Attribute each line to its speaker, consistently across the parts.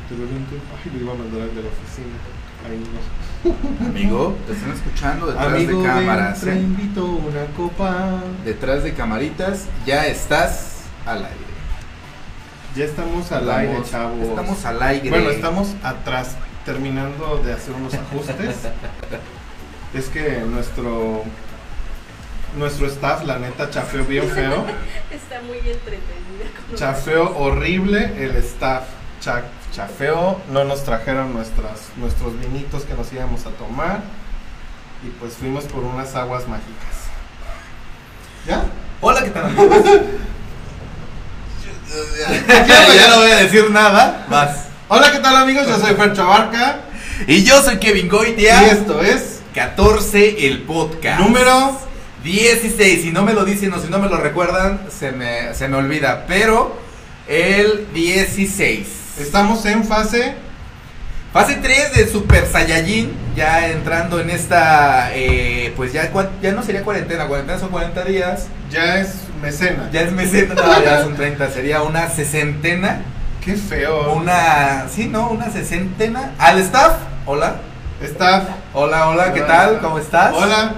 Speaker 1: posteriormente. Ay, les voy a mandar al de la oficina. Ahí no.
Speaker 2: Amigo, te están escuchando detrás
Speaker 1: Amigo,
Speaker 2: de cámaras.
Speaker 1: ven, te
Speaker 2: ¿eh?
Speaker 1: invito una copa.
Speaker 2: Detrás de camaritas, ya estás al aire.
Speaker 1: Ya estamos al
Speaker 2: Estamos-
Speaker 1: aire, chavos.
Speaker 2: Estamos al aire.
Speaker 1: Bueno, estamos atrás, terminando de hacer unos ajustes. es que nuestro nuestro staff, la neta, chafeó bien feo.
Speaker 3: Está muy entretenida. con
Speaker 1: Chafeo horrible el staff. Cha- chafeo, no nos trajeron nuestras, nuestros vinitos que nos íbamos a tomar. Y pues fuimos por unas aguas mágicas. ¿Ya?
Speaker 2: Hola, ¿qué tal? amigos? ya, ya no voy a decir nada más.
Speaker 1: Hola, ¿qué tal amigos? Yo soy Fercho Abarca.
Speaker 2: Y yo soy Kevin Goitia.
Speaker 1: Y esto es
Speaker 2: 14 el podcast.
Speaker 1: número
Speaker 2: 16. Si no me lo dicen o si no me lo recuerdan, se me, se me olvida. Pero el 16.
Speaker 1: Estamos en fase.
Speaker 2: Fase 3 de Super Saiyajin, ya entrando en esta, eh, pues ya, cua- ya no sería cuarentena, cuarentena son 40 días,
Speaker 1: Ya es mecena.
Speaker 2: ya es meseta, no, ya son 30, sería una sesentena,
Speaker 1: Qué feo.
Speaker 2: una, sí, no, una sesentena. Al staff, hola,
Speaker 1: Staff.
Speaker 2: hola, hola, ¿qué
Speaker 1: Hola.
Speaker 2: tal? ¿Cómo estás?
Speaker 1: Hola.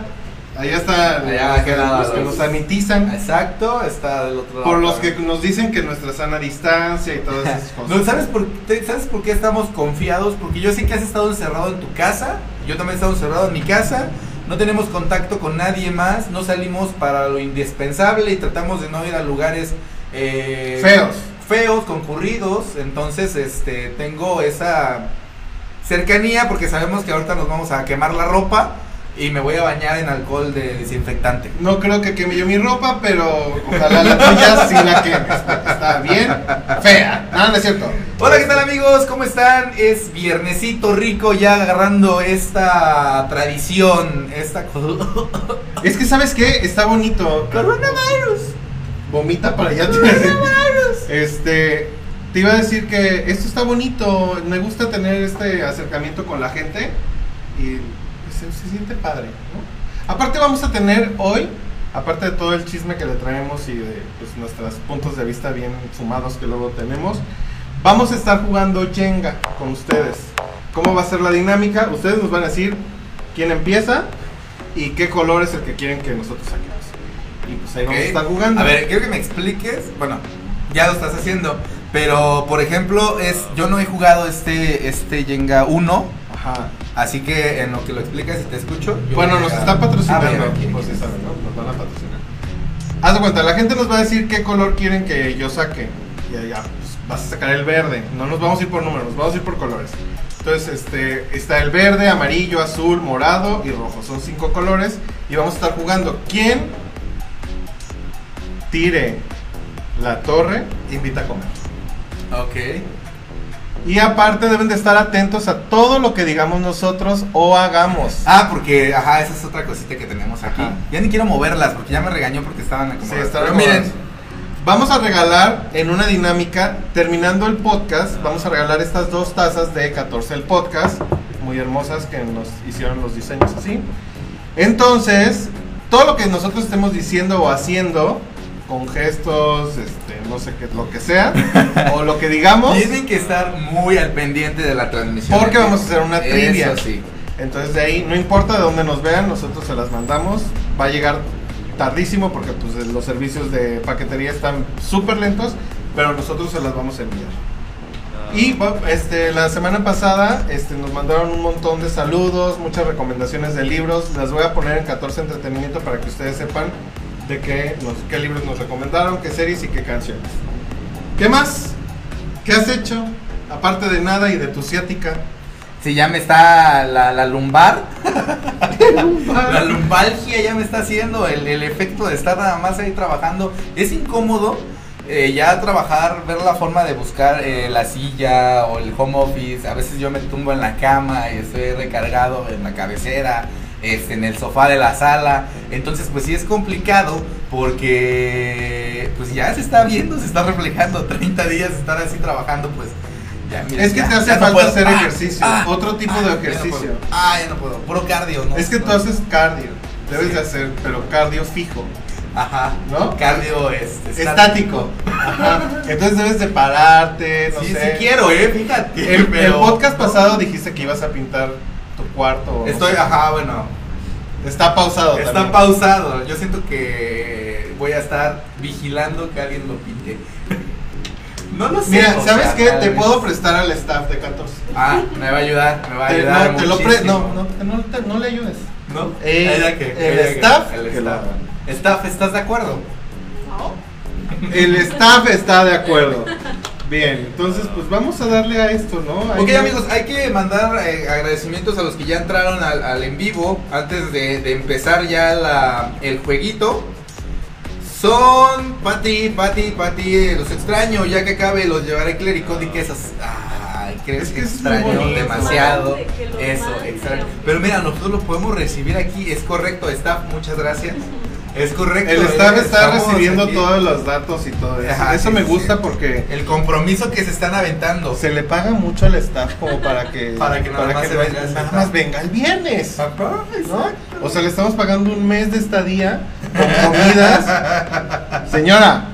Speaker 1: Allá está
Speaker 2: Allá
Speaker 1: los, que-
Speaker 2: quedan
Speaker 1: los que
Speaker 2: los-
Speaker 1: nos sanitizan.
Speaker 2: Exacto, está del otro lado.
Speaker 1: Por los que
Speaker 2: también.
Speaker 1: nos dicen que nuestra sana distancia y todas esas cosas.
Speaker 2: No, ¿sabes, por, te- ¿Sabes por qué estamos confiados? Porque yo sé que has estado encerrado en tu casa, yo también he estado encerrado en mi casa, no tenemos contacto con nadie más, no salimos para lo indispensable y tratamos de no ir a lugares eh,
Speaker 1: Feos.
Speaker 2: feos, concurridos, entonces este tengo esa cercanía porque sabemos que ahorita nos vamos a quemar la ropa y me voy a bañar en alcohol de desinfectante.
Speaker 1: No creo que queme yo mi ropa, pero ojalá la tuya sí la quemes. porque Está bien fea. Nada, no es cierto.
Speaker 2: Hola, ¿qué tal amigos? ¿Cómo están? Es viernesito rico ya agarrando esta tradición, esta co-
Speaker 1: Es que, ¿sabes qué? Está bonito.
Speaker 2: coronavirus.
Speaker 1: Vomita para allá. Este, te iba a decir que esto está bonito, me gusta tener este acercamiento con la gente y se, se siente padre, ¿no? Aparte vamos a tener hoy, aparte de todo el chisme que le traemos y de pues, nuestros puntos de vista bien fumados que luego tenemos, vamos a estar jugando Jenga con ustedes. ¿Cómo va a ser la dinámica? Ustedes nos van a decir quién empieza y qué color es el que quieren que nosotros saquemos. Y pues ahí vamos a
Speaker 2: Ok.
Speaker 1: estar jugando.
Speaker 2: A ver, quiero que me expliques, bueno, ya lo estás haciendo, pero por ejemplo, es yo no he jugado este este Jenga 1,
Speaker 1: Ajá.
Speaker 2: así que en lo que lo explicas y te escucho. yo
Speaker 1: Bueno,
Speaker 2: voy
Speaker 1: nos
Speaker 2: a-
Speaker 1: están patrocinando.
Speaker 2: A ver, Ah, aquí,
Speaker 1: pues
Speaker 2: aquí.
Speaker 1: sí saben, ¿no? Nos van a patrocinar. Haz de cuenta, la gente nos va a decir qué color quieren que yo saque. Y allá, pues, vas a sacar el verde. No nos vamos a ir por números, nos vamos a ir por colores. Entonces, este, está el verde, amarillo, azul, morado y rojo. Son cinco colores. Y vamos a estar jugando. ¿Quién tire la torre? Invita a comer.
Speaker 2: Ok.
Speaker 1: Y aparte deben de estar atentos a todo lo que digamos nosotros o hagamos.
Speaker 2: Ah, porque, ajá, esa es otra cosita que tenemos aquí.
Speaker 1: Ajá.
Speaker 2: Ya ni quiero moverlas porque ya me regañó porque estaban
Speaker 1: Sí,
Speaker 2: acomodadas.
Speaker 1: está
Speaker 2: Pero
Speaker 1: bien.
Speaker 2: miren,
Speaker 1: Vamos a regalar en una dinámica, terminando el podcast, vamos a regalar estas dos tazas de 14 el podcast, muy hermosas que nos hicieron los diseños así. Entonces, todo lo que nosotros estemos diciendo o haciendo, con gestos, este, no sé qué, lo que sea, o lo que digamos,
Speaker 2: tienen que estar muy al pendiente de la transmisión.
Speaker 1: Porque vamos a hacer una
Speaker 2: Eso
Speaker 1: trivia.
Speaker 2: sí.
Speaker 1: entonces de ahí, no importa de dónde nos vean, nosotros se las mandamos, va a llegar tardísimo porque pues, los servicios de paquetería están súper lentos, pero nosotros se las vamos a enviar. Y bueno, este, la semana pasada este, nos mandaron un montón de saludos, muchas recomendaciones de libros. Las voy a poner en 14 Entretenimiento para que ustedes sepan de qué, nos- qué libros nos recomendaron, qué series y qué canciones. ¿Qué más? ¿Qué has hecho? Aparte de nada y de tu ciática.
Speaker 2: Sí, ya me está la, la lumbar. La lumbalgia ya me está haciendo el, el efecto de estar nada más ahí trabajando. Es incómodo eh, ya trabajar, ver la forma de buscar eh, la silla o el home office. A veces yo me tumbo en la cama y estoy recargado en la cabecera, este, en el sofá de la sala. Entonces, pues sí es complicado porque pues ya se está viendo, se está reflejando. 30 días de estar así trabajando, pues ya mira,
Speaker 1: Es que
Speaker 2: ya-
Speaker 1: te hace
Speaker 2: ya no
Speaker 1: falta
Speaker 2: puedo.
Speaker 1: hacer
Speaker 2: Ah,
Speaker 1: ejercicio,
Speaker 2: ah,
Speaker 1: otro tipo
Speaker 2: ah,
Speaker 1: de
Speaker 2: ya no puedo.
Speaker 1: ejercicio.
Speaker 2: ah, ya no puedo. Puro cardio, ¿no?
Speaker 1: Es que
Speaker 2: No.
Speaker 1: tú haces cardio, debes
Speaker 2: Sí.
Speaker 1: de hacer, pero cardio fijo,
Speaker 2: Ajá.
Speaker 1: ¿no?
Speaker 2: Cardio es
Speaker 1: Estático. Ajá. Entonces debes de pararte, no
Speaker 2: sí,
Speaker 1: sé.
Speaker 2: sí quiero, eh, fíjate.
Speaker 1: El,
Speaker 2: pero-
Speaker 1: el podcast pasado dijiste que ibas a pintar tu cuarto. no
Speaker 2: Estoy,
Speaker 1: sé.
Speaker 2: ajá, bueno.
Speaker 1: Está pausado.
Speaker 2: Está
Speaker 1: también.
Speaker 2: pausado. Yo siento que voy a estar vigilando que alguien lo pinte. No lo sé.
Speaker 1: Mira,
Speaker 2: o
Speaker 1: ¿sabes
Speaker 2: sea,
Speaker 1: qué?
Speaker 2: tal
Speaker 1: Te
Speaker 2: vez.
Speaker 1: puedo prestar al staff de 14.
Speaker 2: Ah, me va a ayudar, me va a
Speaker 1: Te-
Speaker 2: ayudar.
Speaker 1: no, te lo pre-
Speaker 2: muchísimo.
Speaker 1: no, no, te- no, te- no le ayudes.
Speaker 2: ¿No?
Speaker 1: Eh,
Speaker 2: Ella que-
Speaker 1: el
Speaker 2: ella que-
Speaker 1: staff
Speaker 2: El
Speaker 1: que lo
Speaker 2: staff.
Speaker 1: haga.
Speaker 2: Staff, ¿estás de acuerdo?
Speaker 3: No.
Speaker 1: El staff está de acuerdo. Bien, entonces pues vamos a darle a esto, ¿no? Ahí
Speaker 2: Ok
Speaker 1: no-
Speaker 2: amigos, hay que mandar eh, agradecimientos a los que ya entraron al, al en vivo antes de, de empezar ya la- el jueguito. Son Pati, Pati, Pati, eh, los extraño, ya que acabe los llevaré clericón y quesas. Ay, crees
Speaker 1: Es
Speaker 2: que
Speaker 1: que es muy
Speaker 2: extraño
Speaker 1: bonito.
Speaker 2: demasiado.
Speaker 3: Mande, que lo
Speaker 2: Eso,
Speaker 3: mande,
Speaker 2: extraño.
Speaker 3: aunque-
Speaker 2: Pero mira, nosotros lo podemos recibir aquí, es correcto, staff, muchas gracias. Es correcto.
Speaker 1: El
Speaker 2: eh,
Speaker 1: staff está
Speaker 2: estamos
Speaker 1: recibiendo
Speaker 2: aquí.
Speaker 1: todos los datos y todo eso.
Speaker 2: Ajá,
Speaker 1: eso
Speaker 2: sí,
Speaker 1: me
Speaker 2: sí,
Speaker 1: gusta
Speaker 2: sí.
Speaker 1: porque
Speaker 2: El compromiso que se están aventando.
Speaker 1: se le paga mucho al staff como para que
Speaker 2: Para que nada más se venga el
Speaker 1: nada
Speaker 2: staff. Ah,
Speaker 1: más venga el viernes.
Speaker 2: Papá,
Speaker 1: ¿no? O sea, le estamos pagando un mes de estadía con comidas. Señora,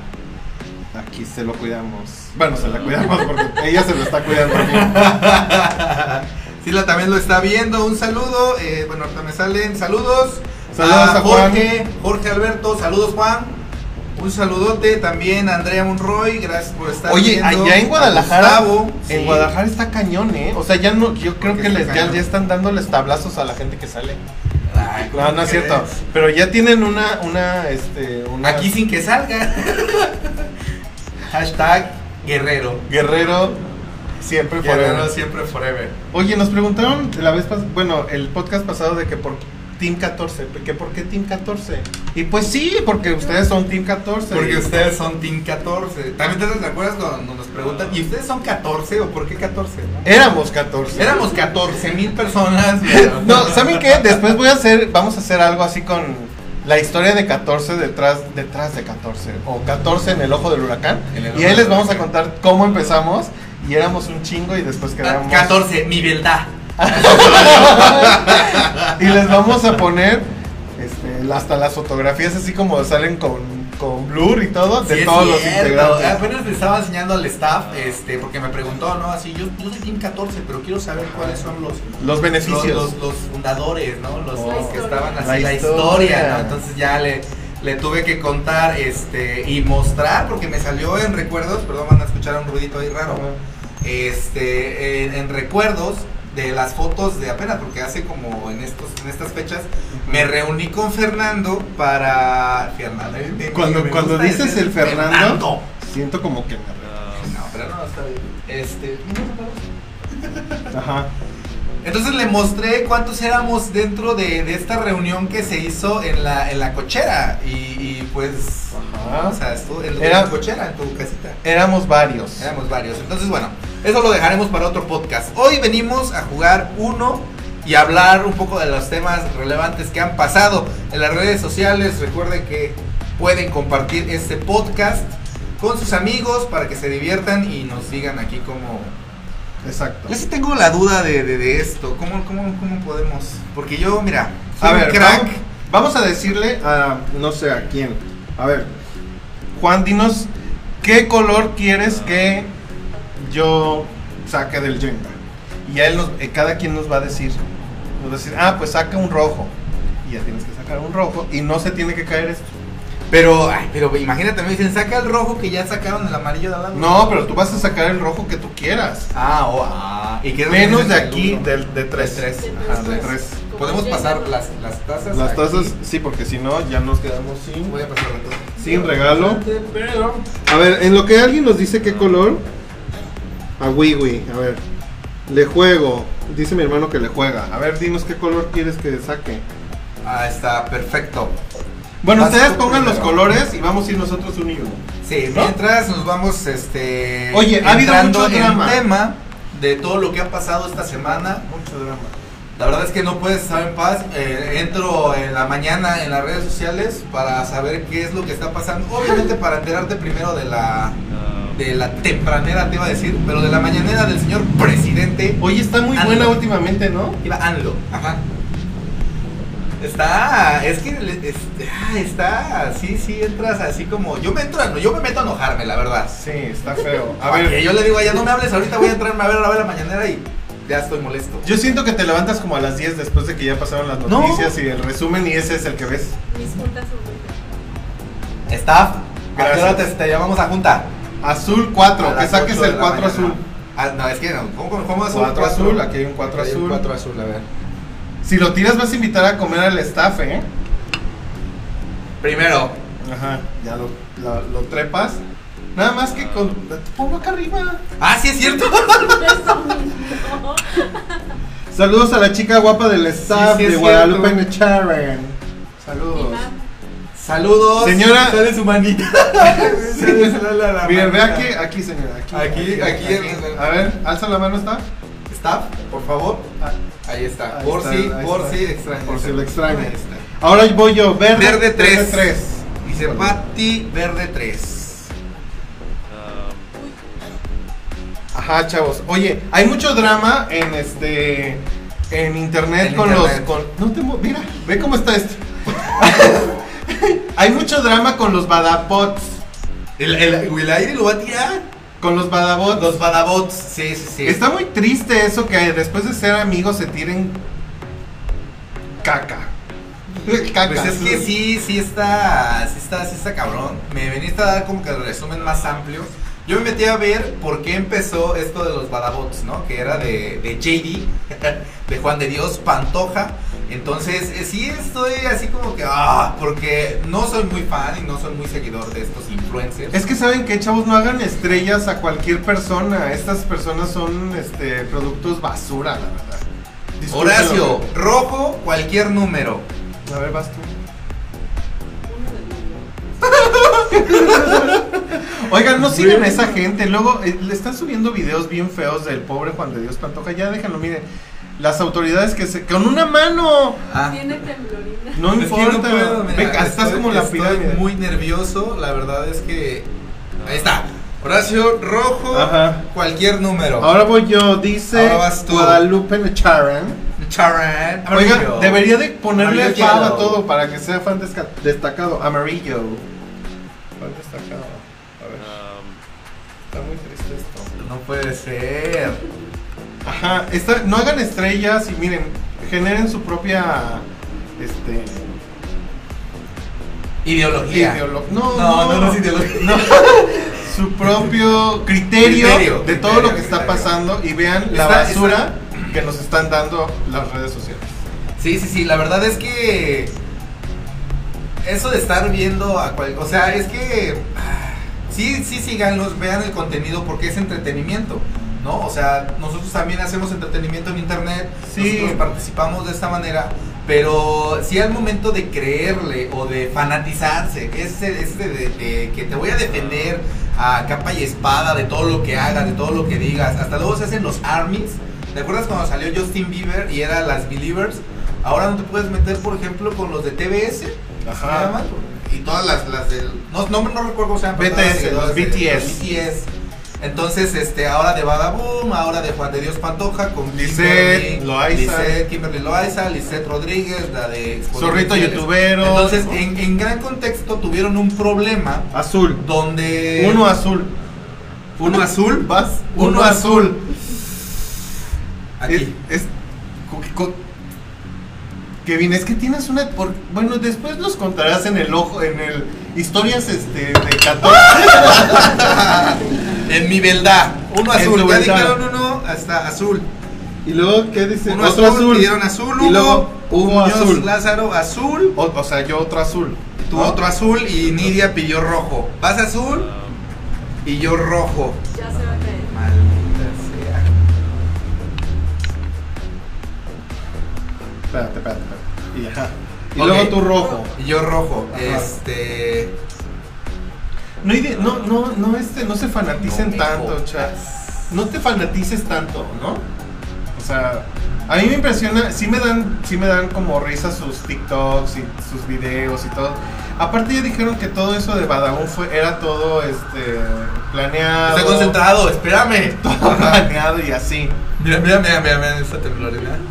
Speaker 1: aquí se lo cuidamos. Bueno, se la cuidamos porque ella se lo está cuidando a mí.
Speaker 2: Sila también lo está viendo. Un saludo. eh, bueno, ahorita me salen. Saludos.
Speaker 1: Saludos a Juan.
Speaker 2: Jorge, Jorge Alberto. Saludos, Juan. Un saludote también a Andrea Monroy. Gracias por estar
Speaker 1: Oye,
Speaker 2: viendo.
Speaker 1: allá en
Speaker 2: A
Speaker 1: Guadalajara,
Speaker 2: Gustavo,
Speaker 1: en
Speaker 2: sí.
Speaker 1: Guadalajara está cañón, ¿eh? O sea, ya no, yo creo
Speaker 2: Porque
Speaker 1: que
Speaker 2: está
Speaker 1: les, ya,
Speaker 2: cañón.
Speaker 1: ya están dándoles tablazos a la gente que sale.
Speaker 2: Ay, ¿cómo
Speaker 1: No, no es
Speaker 2: crees?
Speaker 1: cierto. Pero ya tienen una, una, este, una.
Speaker 2: Aquí sin que salga. Hashtag Guerrero.
Speaker 1: Guerrero siempre
Speaker 2: Guerrero
Speaker 1: forever.
Speaker 2: siempre forever.
Speaker 1: Oye, nos preguntaron la vez pas- bueno, el podcast pasado de que por Team 14, que por qué Team 14. Y pues sí, porque ustedes son Team 14.
Speaker 2: Porque ustedes son Team 14. También te acuerdas cuando nos preguntan, ¿y ustedes son 14 o por qué 14?
Speaker 1: éramos 14.
Speaker 2: Éramos 14 mil personas.
Speaker 1: No, ¿saben qué? Después voy a hacer, vamos a hacer algo así con la historia de 14 detrás, detrás de 14. O 14 en el ojo del huracán.
Speaker 2: En el ojo
Speaker 1: Y ahí
Speaker 2: del
Speaker 1: les vamos a
Speaker 2: huracán.
Speaker 1: contar cómo empezamos. Y éramos un chingo y después
Speaker 2: Ah,
Speaker 1: quedamos.
Speaker 2: 14, mi verdad.
Speaker 1: y les vamos a poner este, hasta las fotografías así como salen con, con blur y todo, de
Speaker 2: Sí, es
Speaker 1: todos los
Speaker 2: cierto. Ah,
Speaker 1: integrantes.
Speaker 2: Apenas le estaba enseñando al staff, este, porque me preguntó, ¿no? Así, yo, yo soy Team 14, pero quiero saber cuáles son los,
Speaker 1: Los beneficios.
Speaker 2: pues, Los, los- los fundadores, ¿no? Los,
Speaker 1: Oh.
Speaker 2: los que estaban así,
Speaker 1: La
Speaker 2: la historia,
Speaker 1: historia.
Speaker 2: ¿no? Entonces ya le, le tuve que contar este, y mostrar, porque me salió en recuerdos, perdón, van a escuchar un ruidito ahí raro. este, en, en recuerdos de las fotos de apenas, porque hace como en estos en estas fechas me reuní con Fernando para Fernando. eh, me-
Speaker 1: Cuando-
Speaker 2: me
Speaker 1: cuando
Speaker 2: gusta
Speaker 1: dices
Speaker 2: decir
Speaker 1: el Fernando- Siento como que me
Speaker 2: No, pero no está bien. Este,
Speaker 1: Ajá.
Speaker 2: entonces le mostré cuántos éramos dentro de, de esta reunión que se hizo en la en la cochera y, y pues
Speaker 1: Ajá.
Speaker 2: o sea, estuvo en
Speaker 1: Era-
Speaker 2: la cochera en tu casita.
Speaker 1: Éramos varios.
Speaker 2: Éramos varios. Entonces, bueno, eso lo dejaremos para otro podcast. Hoy venimos a jugar uno y hablar un poco de los temas relevantes que han pasado en las redes sociales. Recuerden que pueden compartir este podcast con sus amigos para que se diviertan y nos digan aquí cómo...
Speaker 1: Exacto.
Speaker 2: Yo sí tengo la duda de, de- de esto. ¿Cómo, cómo, cómo podemos? Porque yo, mira, soy
Speaker 1: a
Speaker 2: un
Speaker 1: ver,
Speaker 2: crack.
Speaker 1: Vamos, vamos a decirle a no sé a quién. A ver, Juan, dinos qué color quieres que yo saque del Jenga. Y a él nos- eh, cada quien nos va a decir, nos va a decir, ah, pues saca un rojo. Y ya tienes que sacar un rojo y no se tiene que caer esto.
Speaker 2: Pero, ay, pero imagínate, me dicen, saca el rojo que ya sacaron el amarillo de al lado.
Speaker 1: No, pero tú vas a sacar el rojo que tú quieras.
Speaker 2: Ah, oh, ah. ¿Y qué es lo que
Speaker 1: Menos de
Speaker 2: dices
Speaker 1: aquí,
Speaker 2: uno?
Speaker 1: del, de tres.
Speaker 2: De tres.
Speaker 1: Ajá, de
Speaker 2: Pues,
Speaker 1: tres.
Speaker 2: Podemos pasar las, las tazas.
Speaker 1: Las tazas,
Speaker 2: aquí.
Speaker 1: sí, porque si no, ya nos quedamos sin.
Speaker 2: Voy a pasar las tazas.
Speaker 1: Sin regalo.
Speaker 2: Pero.
Speaker 1: A ver, en lo que alguien nos dice qué color. A Wiwi, a ver. Le juego. Dice mi hermano que le juega. A ver, dinos qué color quieres que saque.
Speaker 2: Ah, está perfecto.
Speaker 1: Bueno,
Speaker 2: Vas
Speaker 1: ustedes
Speaker 2: tú
Speaker 1: pongan los
Speaker 2: primero.
Speaker 1: colores y vamos a ir nosotros un y uno.
Speaker 2: Sí,
Speaker 1: ¿No?
Speaker 2: mientras nos vamos este.
Speaker 1: Oye, ha habido
Speaker 2: entrando
Speaker 1: mucho drama.
Speaker 2: en tema de todo lo que ha pasado esta semana.
Speaker 1: Mucho drama.
Speaker 2: La verdad es que no puedes estar en paz. Eh, entro en la mañana en las redes sociales para saber qué es lo que está pasando. Obviamente para enterarte primero de la de la tempranera te iba a decir, pero de la mañanera del señor presidente Ah,
Speaker 1: Oye, está muy
Speaker 2: Ando.
Speaker 1: buena últimamente, ¿no?
Speaker 2: Iba ANLO. Ajá. Está, es que le- es- ah, está, sí, sí, entras así como, yo me entro, a- yo me meto a enojarme, la verdad.
Speaker 1: Sí, está feo. A
Speaker 2: A ver,
Speaker 1: ver,
Speaker 2: yo le digo, ya no me hables, ahorita voy a entrarme a ver, a ver la mañanera y ya estoy molesto.
Speaker 1: yo siento que te levantas como a las 10 después de que ya pasaron las
Speaker 2: No.
Speaker 1: noticias y el resumen y ese es el que ves.
Speaker 3: Mis juntas son muy
Speaker 2: Staff, ¿a qué
Speaker 1: Gracias.
Speaker 2: hora te, te llamamos a junta?
Speaker 1: Azul
Speaker 2: A
Speaker 1: 4, que
Speaker 2: las
Speaker 1: saques
Speaker 2: ocho de
Speaker 1: el
Speaker 2: la
Speaker 1: 4
Speaker 2: mañana.
Speaker 1: azul.
Speaker 2: Ah, no, es que no, ¿cómo, cómo, cómo azul?
Speaker 1: 4 azul, aquí hay un 4
Speaker 2: Hay un
Speaker 1: azul.
Speaker 2: cuatro azul, a ver.
Speaker 1: Si lo tiras vas a invitar a comer al staff, ¿eh?
Speaker 2: Primero,
Speaker 1: Ajá, ya lo, la- lo trepas. Nada más que con... Te pongo acá arriba.
Speaker 2: ah, sí es cierto.
Speaker 3: juntas. Son muy- no.
Speaker 1: Saludos a la chica guapa del staff
Speaker 2: sí es
Speaker 1: de
Speaker 2: cierto.
Speaker 1: Guadalupe Necharen. Saludos.
Speaker 2: Saludos.
Speaker 1: Señora.
Speaker 2: Sale su manita. Sale la- la- la
Speaker 1: Miren, ve
Speaker 2: manita.
Speaker 1: aquí, aquí señora. Aquí,
Speaker 2: Aquí, aquí, el-
Speaker 1: A ver, alza la mano, staff.
Speaker 2: Staff, por favor.
Speaker 1: Ah,
Speaker 2: Ahí está.
Speaker 1: Ahí
Speaker 2: por
Speaker 1: está,
Speaker 2: si,
Speaker 1: ahí
Speaker 2: por
Speaker 1: está.
Speaker 2: si extraño.
Speaker 1: Por si lo extraña.
Speaker 2: Ahí está.
Speaker 1: Ahora voy yo, verde.
Speaker 2: Verde tres.
Speaker 1: tres.
Speaker 2: Dice
Speaker 1: Híjole.
Speaker 2: Patti Verde 3.
Speaker 1: Ajá, chavos. Oye, hay mucho drama en este en internet
Speaker 2: En
Speaker 1: con
Speaker 2: internet.
Speaker 1: los con- no te mo- mira, ve cómo está esto. hay mucho drama con los badabots,
Speaker 2: El, el, el aire lo va a tirar.
Speaker 1: con los badabots.
Speaker 2: Los Badabots. Sí, sí, sí.
Speaker 1: Está muy triste eso que después de ser amigos se tiren caca. Caca.
Speaker 2: Pues es que sí, sí está, sí está, sí está cabrón. Me veniste a dar como que el resumen más amplio. Yo me metí a ver por qué empezó esto de los badabots, ¿no? Que era de, de JD, de Juan de Dios, Pantoja. Entonces, eh, sí estoy así como que, ah, porque no soy muy fan y no soy muy seguidor de estos influencers.
Speaker 1: Es que saben que chavos no hagan estrellas a cualquier persona. Estas personas son este productos basura, la verdad. Discúlpenlo.
Speaker 2: Horacio, rojo, cualquier número.
Speaker 1: A ver, vas tú.
Speaker 3: Uno de los-
Speaker 1: Oigan, no sigan a esa gente. Luego eh, le están subiendo videos bien feos del pobre Juan de Dios Pantoja. Ya déjenlo, miren. Las autoridades que se. ¡Con una mano!
Speaker 2: Ah.
Speaker 3: Tiene temblorina.
Speaker 1: No
Speaker 2: Es que
Speaker 1: importa.
Speaker 2: puedo, mira,
Speaker 1: Ve, estás
Speaker 2: estoy-
Speaker 1: como la pirámide.
Speaker 2: Estoy muy nervioso, la verdad es que. Ahí está. Horacio Rojo,
Speaker 1: Ajá.
Speaker 2: cualquier número.
Speaker 1: Ahora voy yo, dice
Speaker 2: Ahora vas tú.
Speaker 1: Guadalupe Necharan.
Speaker 2: Charan.
Speaker 1: Oiga,
Speaker 2: amarillo.
Speaker 1: debería de ponerle
Speaker 2: Amarillo
Speaker 1: fab a
Speaker 2: yellow.
Speaker 1: todo para que sea fan desca- destacado. Amarillo. Fan destacado. A ver, está muy triste esto.
Speaker 2: No puede ser.
Speaker 1: Ajá, esta- no hagan estrellas y miren, generen su propia este
Speaker 2: Ideología.
Speaker 1: ideolo- no,
Speaker 2: No, no, no es ideología.
Speaker 1: no. su propio criterio,
Speaker 2: Criterio,
Speaker 1: de todo
Speaker 2: criterio,
Speaker 1: lo que está
Speaker 2: criterio.
Speaker 1: pasando y vean la
Speaker 2: Está-
Speaker 1: basura que nos están dando las redes sociales.
Speaker 2: Sí, sí, sí, la verdad es que eso de estar viendo a cual, o sea, es que ah, sí, sí síganlos, vean el contenido porque es entretenimiento, ¿no? O sea, nosotros también hacemos entretenimiento en internet,
Speaker 1: Sí.
Speaker 2: nosotros participamos de esta manera, pero sí al momento de creerle o de fanatizarse, que es de, es de- de- de que te voy a defender a capa y espada de todo lo que hagas, de todo lo que digas, hasta luego se hacen los armies. ¿Te acuerdas cuando salió Justin Bieber y era las Believers? Ahora no te puedes meter, por ejemplo, con los de TBS. ¿se llaman? Y todas las, las del. No, no, no recuerdo cómo se llaman. pero
Speaker 1: BTS,
Speaker 2: todas las
Speaker 1: los
Speaker 2: de-
Speaker 1: BTS.
Speaker 2: los BTS. Entonces, este, ahora de Badaboom, ahora de Juan de Dios Pantoja, con
Speaker 1: Lisette,
Speaker 2: Kimberly-
Speaker 1: Loaiza.
Speaker 2: Lisette, Kimberly Loaiza, Lisette Rodríguez, la de.
Speaker 1: Zorrito youtubero.
Speaker 2: Entonces, en, en gran contexto tuvieron un problema
Speaker 1: Azul.
Speaker 2: donde.
Speaker 1: Uno azul.
Speaker 2: uno azul.
Speaker 1: Vas.
Speaker 2: Uno
Speaker 1: Uno, azul.
Speaker 2: Aquí.
Speaker 1: Es, es- co- co- Kevin, es que tienes una. por- bueno, después nos contarás en el ojo, en el. Historias este, de 14.
Speaker 2: En mi beldad. Uno
Speaker 1: En
Speaker 2: azul.
Speaker 1: tu
Speaker 2: Ya
Speaker 1: beldad.
Speaker 2: dijeron uno hasta azul.
Speaker 1: ¿Y luego qué dice?
Speaker 2: Uno azul, pidieron azul,
Speaker 1: Y luego
Speaker 2: Hugo
Speaker 1: hubo
Speaker 2: Muñoz
Speaker 1: azul.
Speaker 2: Lázaro azul,
Speaker 1: O, o sea, yo otro azul.
Speaker 2: tú
Speaker 1: ¿no?
Speaker 2: otro azul y Nidia pidió rojo. Vas azul y yo rojo.
Speaker 3: Ya se va a caer.
Speaker 2: Maldita sea.
Speaker 1: Espérate, espérate, espérate. Y, ajá. y
Speaker 2: Ok.
Speaker 1: luego tú rojo.
Speaker 2: Y yo rojo.
Speaker 1: Ajá.
Speaker 2: Este.
Speaker 1: No, ide- no, no, no, este, no se fanaticen
Speaker 2: No me
Speaker 1: tanto,
Speaker 2: jodas.
Speaker 1: chat. No te fanatices tanto, ¿no? O sea, a mí me impresiona, sí me dan, sí me dan como risa sus TikToks y sus videos y todo. Aparte ya dijeron que todo eso de Badabun fue, era todo este planeado.
Speaker 2: Está concentrado, espérame.
Speaker 1: Todo planeado y así.
Speaker 2: Mira, mira, mira, mira, mira esta temblorina.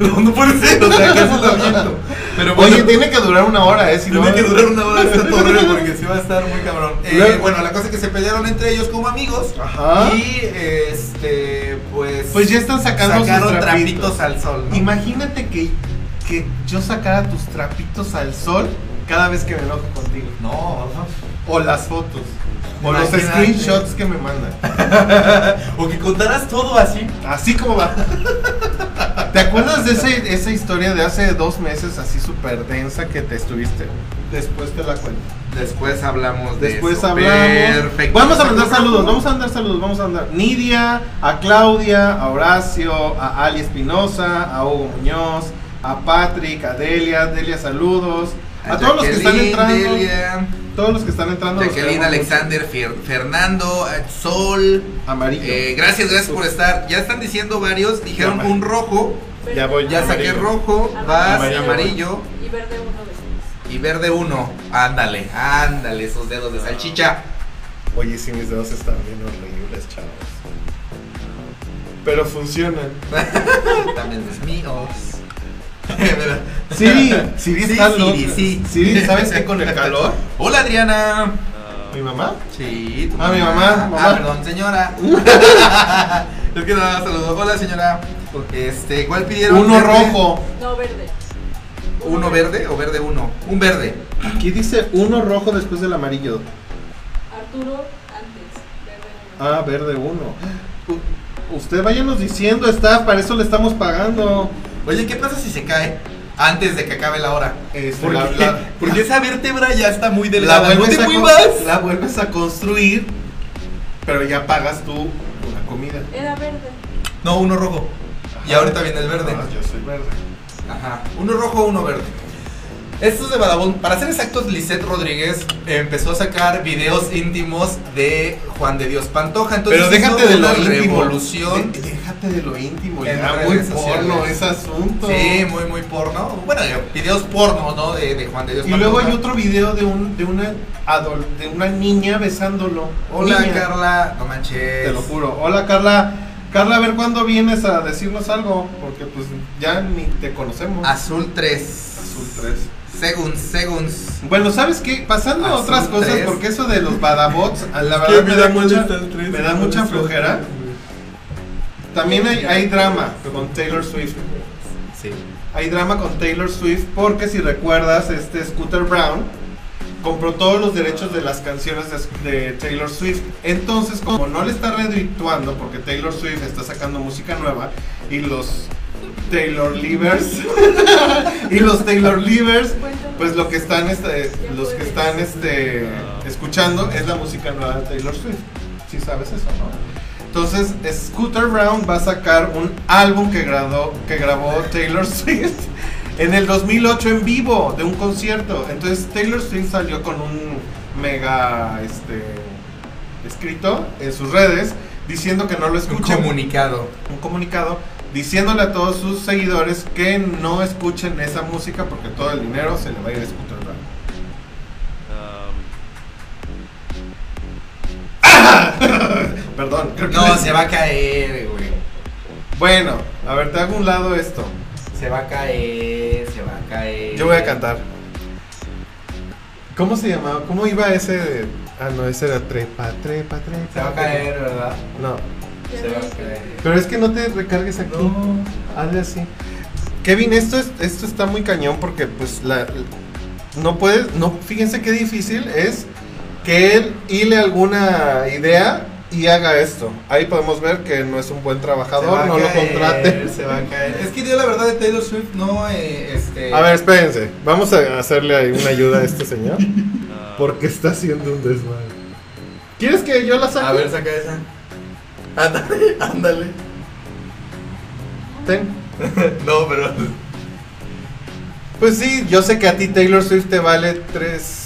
Speaker 2: No, no puede ser, o sea, casi lo aviento. Pero bueno,
Speaker 1: Oye, tiene que durar una hora, ¿eh? Si no-
Speaker 2: tiene que durar una hora esta torre porque sí va a estar muy cabrón. Eh,
Speaker 1: Luego-
Speaker 2: bueno, la cosa es que se pelearon entre ellos como amigos.
Speaker 1: Ajá.
Speaker 2: Y este, pues.
Speaker 1: Pues ya están sacando sus
Speaker 2: sacaron
Speaker 1: trapitos.
Speaker 2: trapitos al sol. ¿no?
Speaker 1: Imagínate que, que yo sacara tus trapitos al sol cada vez que me enojo contigo.
Speaker 2: No,
Speaker 1: O las fotos. O
Speaker 2: Imagínate.
Speaker 1: los screenshots que me mandan.
Speaker 2: no. O que contaras todo así.
Speaker 1: Así como va. ¿Te acuerdas de ese- esa historia de hace dos meses así súper densa que te estuviste? Después te la cuento.
Speaker 2: Después hablamos de
Speaker 1: Después
Speaker 2: eso.
Speaker 1: hablamos.
Speaker 2: Perfecto.
Speaker 1: Vamos a mandar saludos, vamos a mandar saludos, vamos a mandar Nidia, a Claudia, a Horacio, a Ali Espinosa, a Hugo Muñoz, a Patrick, a Delia, Delia saludos, a, todos los que están
Speaker 2: Jacqueline,
Speaker 1: entrando,
Speaker 2: Delia,
Speaker 1: todos los que están entrando, los
Speaker 2: Jacqueline,
Speaker 1: queremos
Speaker 2: Alexander, Fer- Fernando, eh, Sol.
Speaker 1: mucho. amarillo.
Speaker 2: Eh, gracias, gracias por estar. Ya están diciendo varios. Dijeron
Speaker 1: Ya,
Speaker 2: un rojo.
Speaker 1: Ya voy,
Speaker 2: Ya saqué
Speaker 1: Amarillo.
Speaker 2: rojo, vas
Speaker 1: Amarillo.
Speaker 2: amarillo,
Speaker 3: Y verde uno de seis.
Speaker 2: y verde uno. Ándale, ándale, esos dedos de salchicha.
Speaker 1: Oye, sí, mis dedos están bien horribles, chavos. Pero funcionan.
Speaker 2: También es mío. ¿Verdad?
Speaker 1: Siri, Siri
Speaker 2: Sí,
Speaker 1: está
Speaker 2: Siri,
Speaker 1: loca.
Speaker 2: sí.
Speaker 1: Siri, ¿sabes qué con el calor?
Speaker 2: Hola Adriana.
Speaker 1: ¿Mi mamá?
Speaker 2: Sí, tu
Speaker 1: Ah, mi mamá, mamá.
Speaker 2: Ah, perdón, señora. es que nada, saludos. Hola señora. Este, ¿cuál pidieron?
Speaker 1: Uno
Speaker 2: ¿Verde?
Speaker 1: rojo.
Speaker 3: No, verde.
Speaker 2: ¿Uno verde o verde uno? Un verde.
Speaker 1: Aquí dice uno rojo después del amarillo.
Speaker 3: Arturo antes. Verde uno.
Speaker 1: Ah, verde uno. U- Usted váyanos diciendo, está, para eso le estamos pagando.
Speaker 2: Oye, ¿qué pasa si se cae antes de que acabe la hora?
Speaker 1: Este,
Speaker 2: Porque,
Speaker 1: la- la-
Speaker 2: porque esa vértebra ya está muy
Speaker 1: La
Speaker 2: delgada. no
Speaker 1: vuelves,
Speaker 2: te
Speaker 1: a con-
Speaker 2: muevas.
Speaker 1: la vuelves a construir, pero ya pagas tú una comida.
Speaker 3: Era verde.
Speaker 2: No, uno rojo. Y ahorita viene el verde.
Speaker 1: Ah, yo soy verde.
Speaker 2: Ajá. Uno rojo, uno verde. Estos de Badabun, para ser exactos, Lisette Rodríguez empezó a sacar videos íntimos de Juan de Dios Pantoja. Entonces
Speaker 1: Pero déjate
Speaker 2: hizo
Speaker 1: de
Speaker 2: una
Speaker 1: lo íntimo.
Speaker 2: revolución.
Speaker 1: De- déjate de lo íntimo.
Speaker 2: En
Speaker 1: Ya
Speaker 2: redes
Speaker 1: muy
Speaker 2: sociales.
Speaker 1: porno ese asunto.
Speaker 2: Sí, muy, muy porno. Bueno, videos porno, ¿no? De, de Juan de Dios
Speaker 1: Y
Speaker 2: Pantoja.
Speaker 1: luego hay otro video de un de una adol- de una niña besándolo.
Speaker 2: Hola,
Speaker 1: Niña.
Speaker 2: Carla. No manches.
Speaker 1: Te lo juro. Hola Carla. Carla, a ver cuándo vienes a decirnos algo, porque pues ya ni te conocemos.
Speaker 2: Azul 3.
Speaker 1: Azul tres.
Speaker 2: Según, según.
Speaker 1: Bueno, ¿sabes qué? Pasando a
Speaker 2: Azul
Speaker 1: otras cosas,
Speaker 2: tres.
Speaker 1: porque eso de los badabots, a la verdad me da mucha, me da mucha flojera. También hay, hay drama con Taylor Swift.
Speaker 2: Sí.
Speaker 1: Hay drama con Taylor Swift porque si recuerdas, este Scooter Brown compró todos los derechos de las canciones de, de Taylor Swift. Entonces, como no le está redituando porque Taylor Swift está sacando música nueva y los Taylor Livers y los Taylor Livers
Speaker 3: Cuéntame.
Speaker 1: pues lo que están este, los que están este escuchando es la música nueva de Taylor Swift. Si sabes eso, ¿no? Entonces, Scooter Brown va a sacar un álbum que grabó, que grabó Taylor Swift en el 2008 en vivo de un concierto. Entonces, Taylor Swift salió con un mega este escrito en sus redes diciendo que no lo
Speaker 2: Un
Speaker 1: escuchen
Speaker 2: comunicado.
Speaker 1: un comunicado diciéndole a todos sus seguidores que no escuchen esa música porque todo el dinero se le va a ir a Scooter Brown. Perdón, creo que
Speaker 2: No,
Speaker 1: les-
Speaker 2: se va a caer, güey.
Speaker 1: Bueno, a ver, te hago un lado esto.
Speaker 2: Se va a caer, se va a caer.
Speaker 1: Yo voy a cantar. ¿Cómo se llamaba? ¿Cómo iba ese? de- Ah, no, ese era trepa, trepa, trepa.
Speaker 2: Se va a caer, ¿verdad?
Speaker 1: No,
Speaker 2: Se va a caer.
Speaker 1: pero es que no te recargues aquí.
Speaker 2: No.
Speaker 1: Hazle así. Kevin, esto es, esto está muy cañón porque pues la no puedes, no, fíjense qué difícil es que él hile alguna idea y haga esto. Ahí podemos ver que no es un buen trabajador, no lo contraten.
Speaker 2: Se va a caer. Es que yo la verdad de Taylor Swift no, eh, este.
Speaker 1: A ver, espérense, vamos a hacerle ahí una ayuda a este señor
Speaker 2: Ah.
Speaker 1: porque está haciendo un desmadre. ¿Quieres que yo la saque?
Speaker 2: A ver, saca esa. Ándale, ándale.
Speaker 1: Ten.
Speaker 2: No, pero.
Speaker 1: Pues sí, yo sé que a ti Taylor Swift te vale
Speaker 2: Ah.
Speaker 1: tres.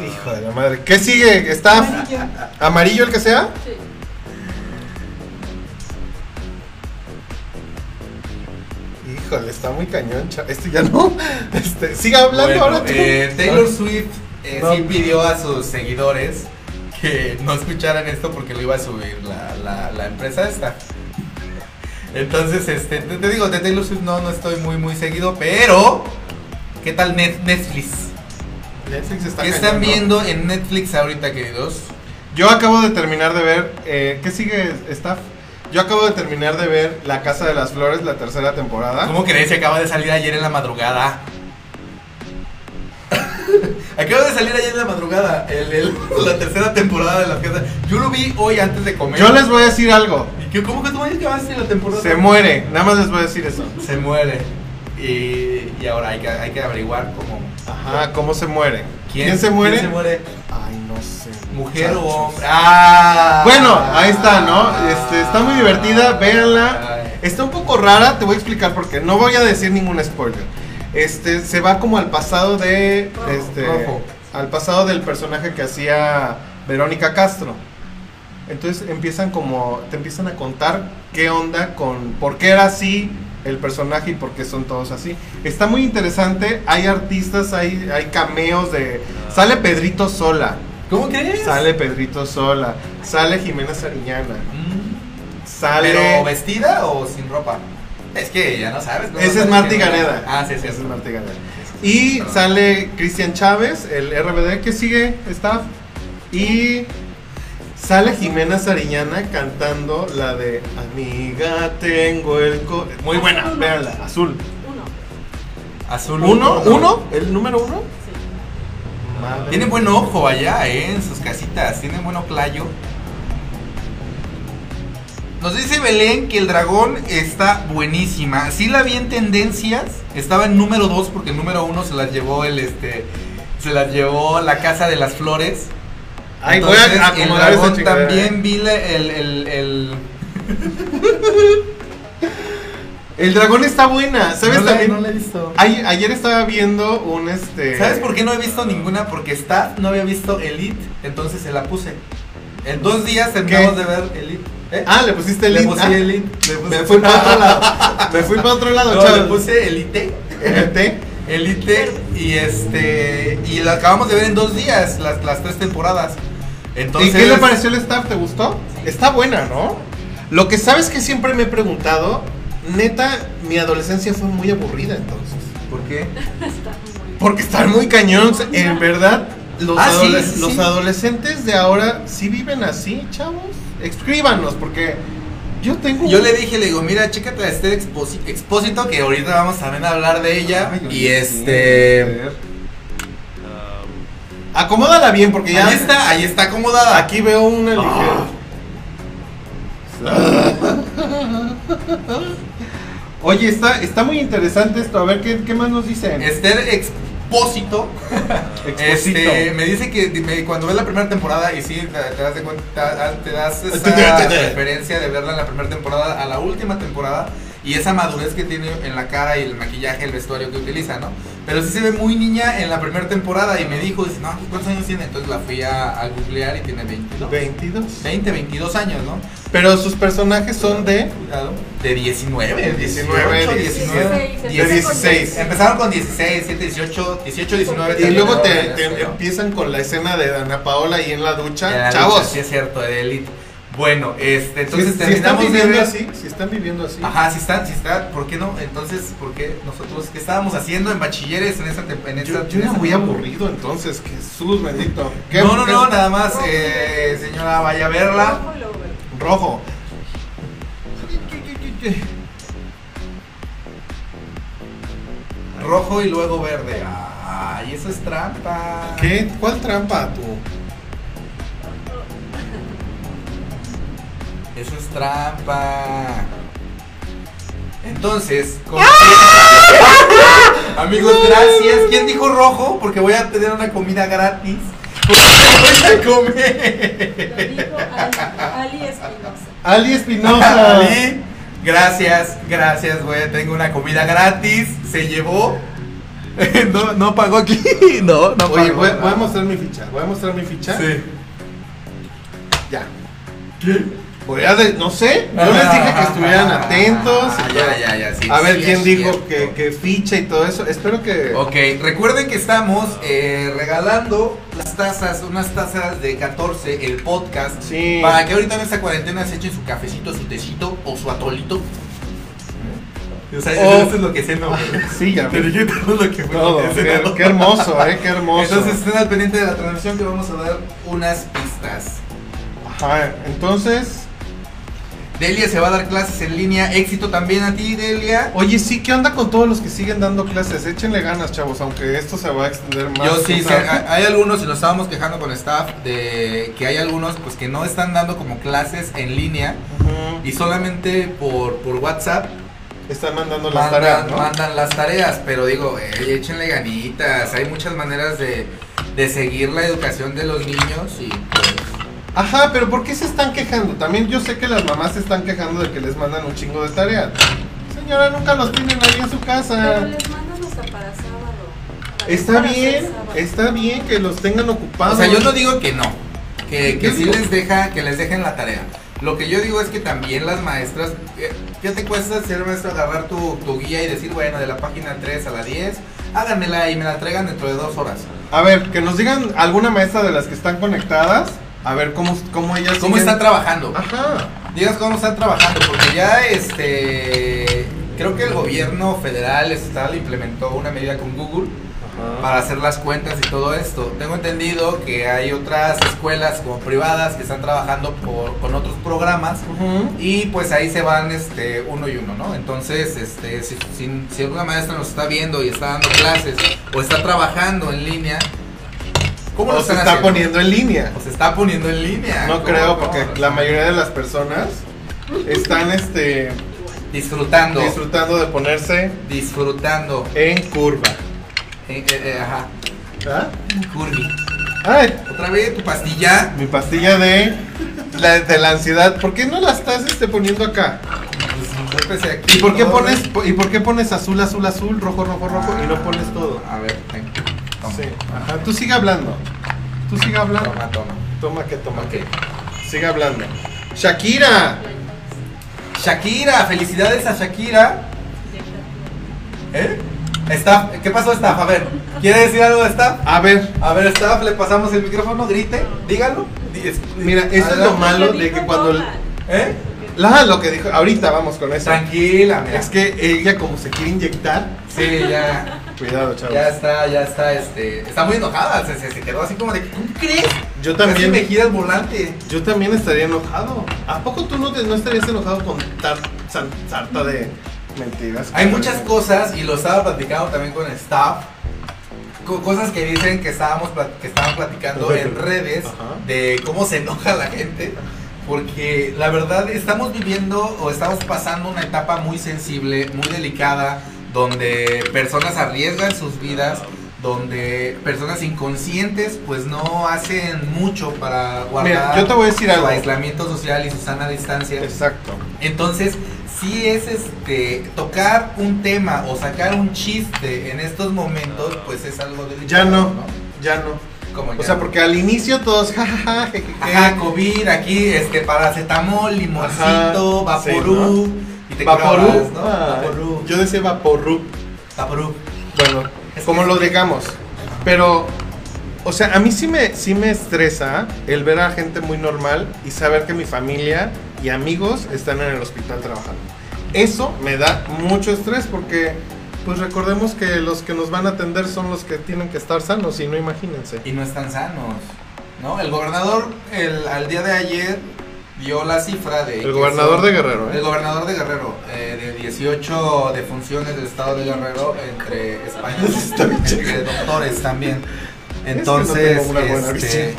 Speaker 1: Hijo de la madre. ¿Qué sigue? ¿Está
Speaker 3: Amarillo.
Speaker 1: amarillo el que sea?
Speaker 3: Sí.
Speaker 1: Híjole, está muy cañón, cha- Este ya no. Este, siga hablando
Speaker 2: Bueno,
Speaker 1: ahora tú.
Speaker 2: eh, Taylor Swift eh,
Speaker 1: No.
Speaker 2: sí pidió a sus seguidores que no escucharan esto porque lo iba a subir la, la- la empresa esta. Entonces, este, te, te digo, de Taylor Swift no, no estoy muy, muy seguido, pero ¿qué tal Net- Netflix?
Speaker 1: Netflix está
Speaker 2: ¿Qué están
Speaker 1: cañón, ¿no?
Speaker 2: viendo en Netflix ahorita, queridos?
Speaker 1: Yo acabo de terminar de ver. eh, ¿Qué sigue, Staff? Yo acabo de terminar de ver La Casa de las Flores, la tercera temporada.
Speaker 2: ¿Cómo crees que acaba de salir ayer en la madrugada? acaba de salir ayer en la madrugada, el- el- la tercera temporada de la casa. Yo lo vi hoy antes de comer.
Speaker 1: Yo les voy a decir algo.
Speaker 2: ¿Y qué- ¿Cómo que tú me dices que vas a hacer la temporada?
Speaker 1: Se muere, nada más les voy a decir eso.
Speaker 2: Se muere. Y, y ahora hay que, hay que averiguar cómo.
Speaker 1: Ajá, Ah, ¿cómo se muere? ¿Quién, se muere?
Speaker 2: ¿Quién se muere?
Speaker 1: Ay, no sé.
Speaker 2: ¿Mujer
Speaker 1: muchachos.
Speaker 2: o hombre? ¡Ah!
Speaker 1: Bueno, ahí está, ¿no? Este, está muy divertida, véanla.
Speaker 2: Ay.
Speaker 1: Está un poco rara, te voy a explicar por qué. No voy a decir ningún spoiler. Este, se va como al pasado de. Este,
Speaker 2: Rojo.
Speaker 1: Al pasado del personaje que hacía Verónica Castro. Entonces empiezan como. Te empiezan a contar qué onda con. por qué era así el personaje y por qué son todos así. Está muy interesante. Hay artistas, hay, hay cameos de. Sale Pedrito sola.
Speaker 2: ¿Cómo crees?
Speaker 1: Sale Pedrito Sola, sale Jimena Sariñana,
Speaker 2: Mm.
Speaker 1: sale.
Speaker 2: ¿Pero vestida o sin ropa? Es que ya no sabes. ¿no?
Speaker 1: Ese es
Speaker 2: Sabes
Speaker 1: Marti
Speaker 2: que no-
Speaker 1: Ganeda.
Speaker 2: Ah, sí, sí.
Speaker 1: Ese es Marti Ganeda. Y sale Cristian Chávez, el RBD que sigue, staff. Y sale Jimena Sariñana cantando la de Amiga, tengo el. co-". Muy buena, véanla, azul.
Speaker 3: Uno.
Speaker 2: Azul.
Speaker 1: ¿Uno? ¿Uno? ¿El número uno?
Speaker 3: Sí.
Speaker 1: Madre.
Speaker 2: Tiene buen ojo allá, ¿eh? En sus casitas. Tiene buen oclayo. Nos dice Belén que el dragón está buenísima. Sí la vi en tendencias. Estaba en número 2 porque el número 1 se las llevó el este. Se las llevó la casa de las flores.
Speaker 1: Ay, voy a
Speaker 2: el
Speaker 1: acomodar esa
Speaker 2: dragón
Speaker 1: chingadera. eh.
Speaker 2: también vi la- el, el, el-
Speaker 1: El dragón está buena, ¿sabes
Speaker 2: no la-
Speaker 1: también?
Speaker 2: no la he visto.
Speaker 1: Ay- ayer estaba viendo un este.
Speaker 2: ¿Sabes por qué no he visto ninguna? Porque está, no había visto Elite, entonces se la puse. En dos días terminamos
Speaker 1: ¿Qué?
Speaker 2: de ver Elite. ¿Eh?
Speaker 1: Ah, le pusiste el
Speaker 2: le
Speaker 1: link.
Speaker 2: puse
Speaker 1: Ah,
Speaker 2: Elite. Le puse,
Speaker 1: Me fui para otro lado. Me fui para otro lado,
Speaker 2: No, le
Speaker 1: chaval.
Speaker 2: puse Elite.
Speaker 1: Este,
Speaker 2: Elite y este. Y la acabamos de ver en dos días, las, las tres temporadas. Entonces,
Speaker 1: ¿Y qué le pareció el staff? ¿Te gustó? Está buena, ¿no? Lo que sabes que siempre me he preguntado, neta, mi adolescencia fue muy aburrida entonces.
Speaker 2: ¿Por qué?
Speaker 3: Está muy
Speaker 1: Porque están muy cañones, en verdad. Los,
Speaker 2: Ah, sí,
Speaker 1: adole-
Speaker 2: sí, sí.
Speaker 1: los adolescentes de ahora sí viven así, chavos. Escríbanos, porque yo tengo.
Speaker 2: Yo le dije, le digo, mira, chécate a Esther Exposi- Expósito, que ahorita vamos también a hablar de ella.
Speaker 1: Ay, Dios
Speaker 2: y
Speaker 1: mío,
Speaker 2: este.
Speaker 1: Esther. Acomódala bien, porque ya.
Speaker 2: Ahí está, ahí está acomodada.
Speaker 1: Aquí veo una ligera. Oye, está, está muy interesante esto. A ver qué, qué más nos dicen.
Speaker 2: Esther Expósito.
Speaker 1: Exposito.
Speaker 2: Este, me dice que me- cuando ves la primera temporada y sí, te, te das de cuenta, te das
Speaker 1: Te- te-
Speaker 2: esa
Speaker 1: te-
Speaker 2: referencia de verla en la primera temporada a la última temporada y esa madurez que tiene en la cara y el maquillaje, el vestuario que utiliza, ¿no? Pero sí se ve muy niña en la primera temporada y me dijo, dice, no, ¿cuántos años tiene? Entonces la fui a, a googlear y tiene 22.
Speaker 1: 22.
Speaker 2: 20, 22 años, ¿no?
Speaker 1: Pero sus personajes son de.
Speaker 2: Cuidado. De 19,
Speaker 1: De 19,
Speaker 2: 18,
Speaker 3: 16,
Speaker 2: 19,
Speaker 1: de 16.
Speaker 2: Empezaron con 16, 7, 18, 18, 19.
Speaker 1: Y luego te,
Speaker 2: terminaron en
Speaker 1: te
Speaker 2: este, ¿no?
Speaker 1: empiezan con la escena de Dana Paola ahí en la ducha.
Speaker 2: Ya,
Speaker 1: Chavos,
Speaker 2: Sí, es cierto, de Elite. Bueno, este, entonces
Speaker 1: si, si están
Speaker 2: terminamos de
Speaker 1: viviendo
Speaker 2: ver-
Speaker 1: así, si están viviendo así.
Speaker 2: Ajá, si están, si están, ¿por qué no? Entonces, ¿por qué nosotros qué estábamos haciendo en bachilleres en esa tem- en
Speaker 1: Yo,
Speaker 2: esa-
Speaker 1: yo
Speaker 2: en
Speaker 1: era
Speaker 2: esa-
Speaker 1: muy aburrido entonces, Jesús bendito. ¿Qué-
Speaker 2: No, no,
Speaker 1: qué-
Speaker 2: no, nada más, eh, señora, vaya a verla.
Speaker 3: Ojo y luego veo.
Speaker 1: Rojo.
Speaker 2: Rojo y luego verde. Ay, eso es trampa.
Speaker 1: ¿Qué? ¿Cuál trampa tú?
Speaker 2: Eso es trampa. Entonces, con- amigos, gracias. ¿Quién dijo rojo? Porque voy a tener una comida gratis. Porque voy a comer.
Speaker 3: Lo dijo Ali, Ali Espinosa.
Speaker 1: Ali Espinosa.
Speaker 2: Ali, gracias, gracias, güey. Tengo una comida gratis. Se llevó. No, no pagó aquí. No, no
Speaker 1: Oye, voy,
Speaker 2: nada.
Speaker 1: voy a mostrar mi ficha. Voy a mostrar mi ficha.
Speaker 2: Sí.
Speaker 1: Ya. Voy a de- no sé. Yo les dije que estuvieran atentos.
Speaker 2: Ah, ya, ya, ya. sí,
Speaker 1: a ver
Speaker 2: sí,
Speaker 1: quién
Speaker 2: es
Speaker 1: dijo
Speaker 2: cierto.
Speaker 1: que, que ficha y todo eso. Espero que.
Speaker 2: Ok, recuerden que estamos eh, regalando las tazas, unas tazas de 14, el podcast.
Speaker 1: Sí.
Speaker 2: Para que ahorita en esta cuarentena se echen su cafecito, su tecito o su atolito. O sea,
Speaker 1: O-
Speaker 2: eso es lo que sé, no.
Speaker 1: Sí, ya.
Speaker 2: Pero yo todo lo que fue
Speaker 1: Todo,
Speaker 2: lo que sé,
Speaker 1: qué,
Speaker 2: no.
Speaker 1: qué hermoso, eh, qué hermoso.
Speaker 2: Entonces estén al pendiente de la transmisión que vamos a dar unas pistas.
Speaker 1: Ajá, entonces,
Speaker 2: Delia se va a dar clases en línea. Éxito también a ti, Delia.
Speaker 1: oye, sí, ¿qué onda con todos los que siguen dando clases? Échenle ganas, chavos, aunque esto se va a extender más.
Speaker 2: Yo sí, ah,
Speaker 1: o
Speaker 2: sí,
Speaker 1: sea,
Speaker 2: hay hay algunos, y nos estábamos quejando con staff, de que hay algunos pues que no están dando como clases en línea
Speaker 1: ujú,
Speaker 2: y solamente por, por WhatsApp
Speaker 1: Están mandando las
Speaker 2: mandan,
Speaker 1: tareas, ¿no?
Speaker 2: mandan las tareas, pero digo, "Ey, échenle ganitas, hay muchas maneras de, de seguir la educación de los niños y pues,
Speaker 1: Ajá, pero ¿por qué se están quejando? También yo sé que las mamás se están quejando de que les mandan un chingo de tareas. Señora, nunca los tienen ahí en su
Speaker 3: Pero
Speaker 1: casa.
Speaker 3: les mandan hasta para sábado. Para-
Speaker 1: Está
Speaker 3: para
Speaker 1: bien,
Speaker 3: hacer sábado.
Speaker 1: está bien que los tengan ocupados.
Speaker 2: o sea, yo no digo que no, que, que
Speaker 1: Yo
Speaker 2: sí
Speaker 1: digo-
Speaker 2: les deja, que les dejen la tarea. Lo que yo digo es que también las maestras, eh, ¿qué te cuesta ser maestro agarrar tu, tu guía y decir, bueno, de la página 3 a la 10, háganmela y me la traigan dentro de dos horas?
Speaker 1: A ver, que nos digan alguna maestra de las que están conectadas. A ver cómo, cómo ellas.
Speaker 2: ¿Cómo
Speaker 1: siguen-
Speaker 2: están trabajando?
Speaker 1: Ajá.
Speaker 2: Digas cómo están trabajando, porque ya este. Creo que el gobierno federal, estatal, implementó una medida con Google para hacer las cuentas y todo esto. Tengo entendido que hay otras escuelas como privadas que están trabajando por- con otros programas
Speaker 1: Ujú.
Speaker 2: y pues ahí se van este uno y uno, ¿no? Entonces, este, si, si, si alguna maestra nos está viendo y está dando clases o está trabajando en línea, ¿cómo lo
Speaker 1: O se
Speaker 2: están
Speaker 1: está
Speaker 2: haciendo?
Speaker 1: poniendo en línea.
Speaker 2: O se está poniendo en línea.
Speaker 1: No
Speaker 2: ¿Cómo-
Speaker 1: creo,
Speaker 2: cómo
Speaker 1: porque
Speaker 2: lo
Speaker 1: la
Speaker 2: están
Speaker 1: mayoría de las personas están este,
Speaker 2: Disfrutando.
Speaker 1: disfrutando de ponerse
Speaker 2: disfrutando.
Speaker 1: en curva.
Speaker 2: Eh, eh, eh, ajá.
Speaker 1: ¿Ah?
Speaker 2: Curvy.
Speaker 1: Ay,
Speaker 2: Otra vez tu pastilla.
Speaker 1: mi pastilla de la, de la ansiedad. ¿Por qué no la estás este, poniendo acá?
Speaker 2: Pues, yo empecé aquí
Speaker 1: ¿Y por qué
Speaker 2: todo,
Speaker 1: pones
Speaker 2: ¿eh?
Speaker 1: y por qué pones azul, azul, azul, rojo, rojo, rojo y no pones todo?
Speaker 2: A ver, ven. Toma.
Speaker 1: Sí. Ajá. Tú sigue hablando. Tú sigue hablando.
Speaker 2: Toma, toma.
Speaker 1: Toma que toma que.
Speaker 2: Ok.
Speaker 1: Sigue hablando. Shakira.
Speaker 2: Shakira, felicidades a Shakira. ¿Eh? Staff, ¿qué pasó Staff? A ver, ¿quiere decir algo Staff?
Speaker 1: A ver,
Speaker 2: A ver, Staff, le pasamos el micrófono, grite, dígalo. Di- es-
Speaker 1: mira, eso es lo
Speaker 2: adelante.
Speaker 1: malo
Speaker 3: Le
Speaker 1: de
Speaker 3: dijo
Speaker 1: que cuando
Speaker 3: todas.
Speaker 2: ¿Eh?
Speaker 1: la lo que dijo, ahorita vamos con eso.
Speaker 2: Tranquila, mira.
Speaker 1: Es que ella como se quiere inyectar,
Speaker 2: Sí, ya.
Speaker 1: cuidado, chavos.
Speaker 2: Ya está, ya está, este. Está muy enojada, se, se- se quedó así como de. ¿Cómo crees?
Speaker 1: Yo también
Speaker 2: Casi me gira el volante.
Speaker 1: Yo también estaría enojado. ¿A poco tú no, te- no estarías enojado con tar, san- sarta de mentiras?
Speaker 2: Hay muchas cosas, y lo estaba platicando también con staff, co- cosas que dicen que estábamos plat- que estaban platicando en redes
Speaker 1: Ajá.
Speaker 2: de cómo se enoja la gente, porque la verdad estamos viviendo o estamos pasando una etapa muy sensible, muy delicada, donde personas arriesgan sus vidas, donde personas inconscientes pues no hacen mucho para guardar
Speaker 1: Mira, yo te voy a decir
Speaker 2: su
Speaker 1: algo.
Speaker 2: aislamiento social y su sana distancia.
Speaker 1: Exacto.
Speaker 2: Entonces, si es este tocar un tema o sacar un chiste en estos momentos, pues es algo de
Speaker 1: Ya no, ya no.
Speaker 2: Como ya.
Speaker 1: O sea, porque al inicio todos jajaja, jejeje.
Speaker 2: Ajá, COVID, aquí este paracetamol, limoncito,
Speaker 1: Ajá, sí,
Speaker 2: vaporú y te
Speaker 1: Vaporú.
Speaker 2: curabas, ¿no?
Speaker 1: Ah,
Speaker 2: Vaporú.
Speaker 1: Yo decía vaporú.
Speaker 2: Vaporú.
Speaker 1: Bueno,
Speaker 2: Es
Speaker 1: como
Speaker 2: que-
Speaker 1: lo digamos. Pero, o sea, a mí sí me, sí me estresa el ver a gente muy normal y saber que mi familia y amigos están en el hospital trabajando. Eso me da mucho estrés porque, pues recordemos que los que nos van a atender son los que tienen que estar sanos y no imagínense.
Speaker 2: Este, Y no están sanos. ¿No? El gobernador el, al día de ayer dio la cifra de
Speaker 1: El
Speaker 2: que
Speaker 1: gobernador
Speaker 2: son-
Speaker 1: de Guerrero,
Speaker 2: El
Speaker 1: ¿eh?
Speaker 2: gobernador de Guerrero, eh, de 18 defunciones del estado de Guerrero entre España y entre doctores también. Entonces,
Speaker 1: tengo una buena
Speaker 2: este,
Speaker 1: visión.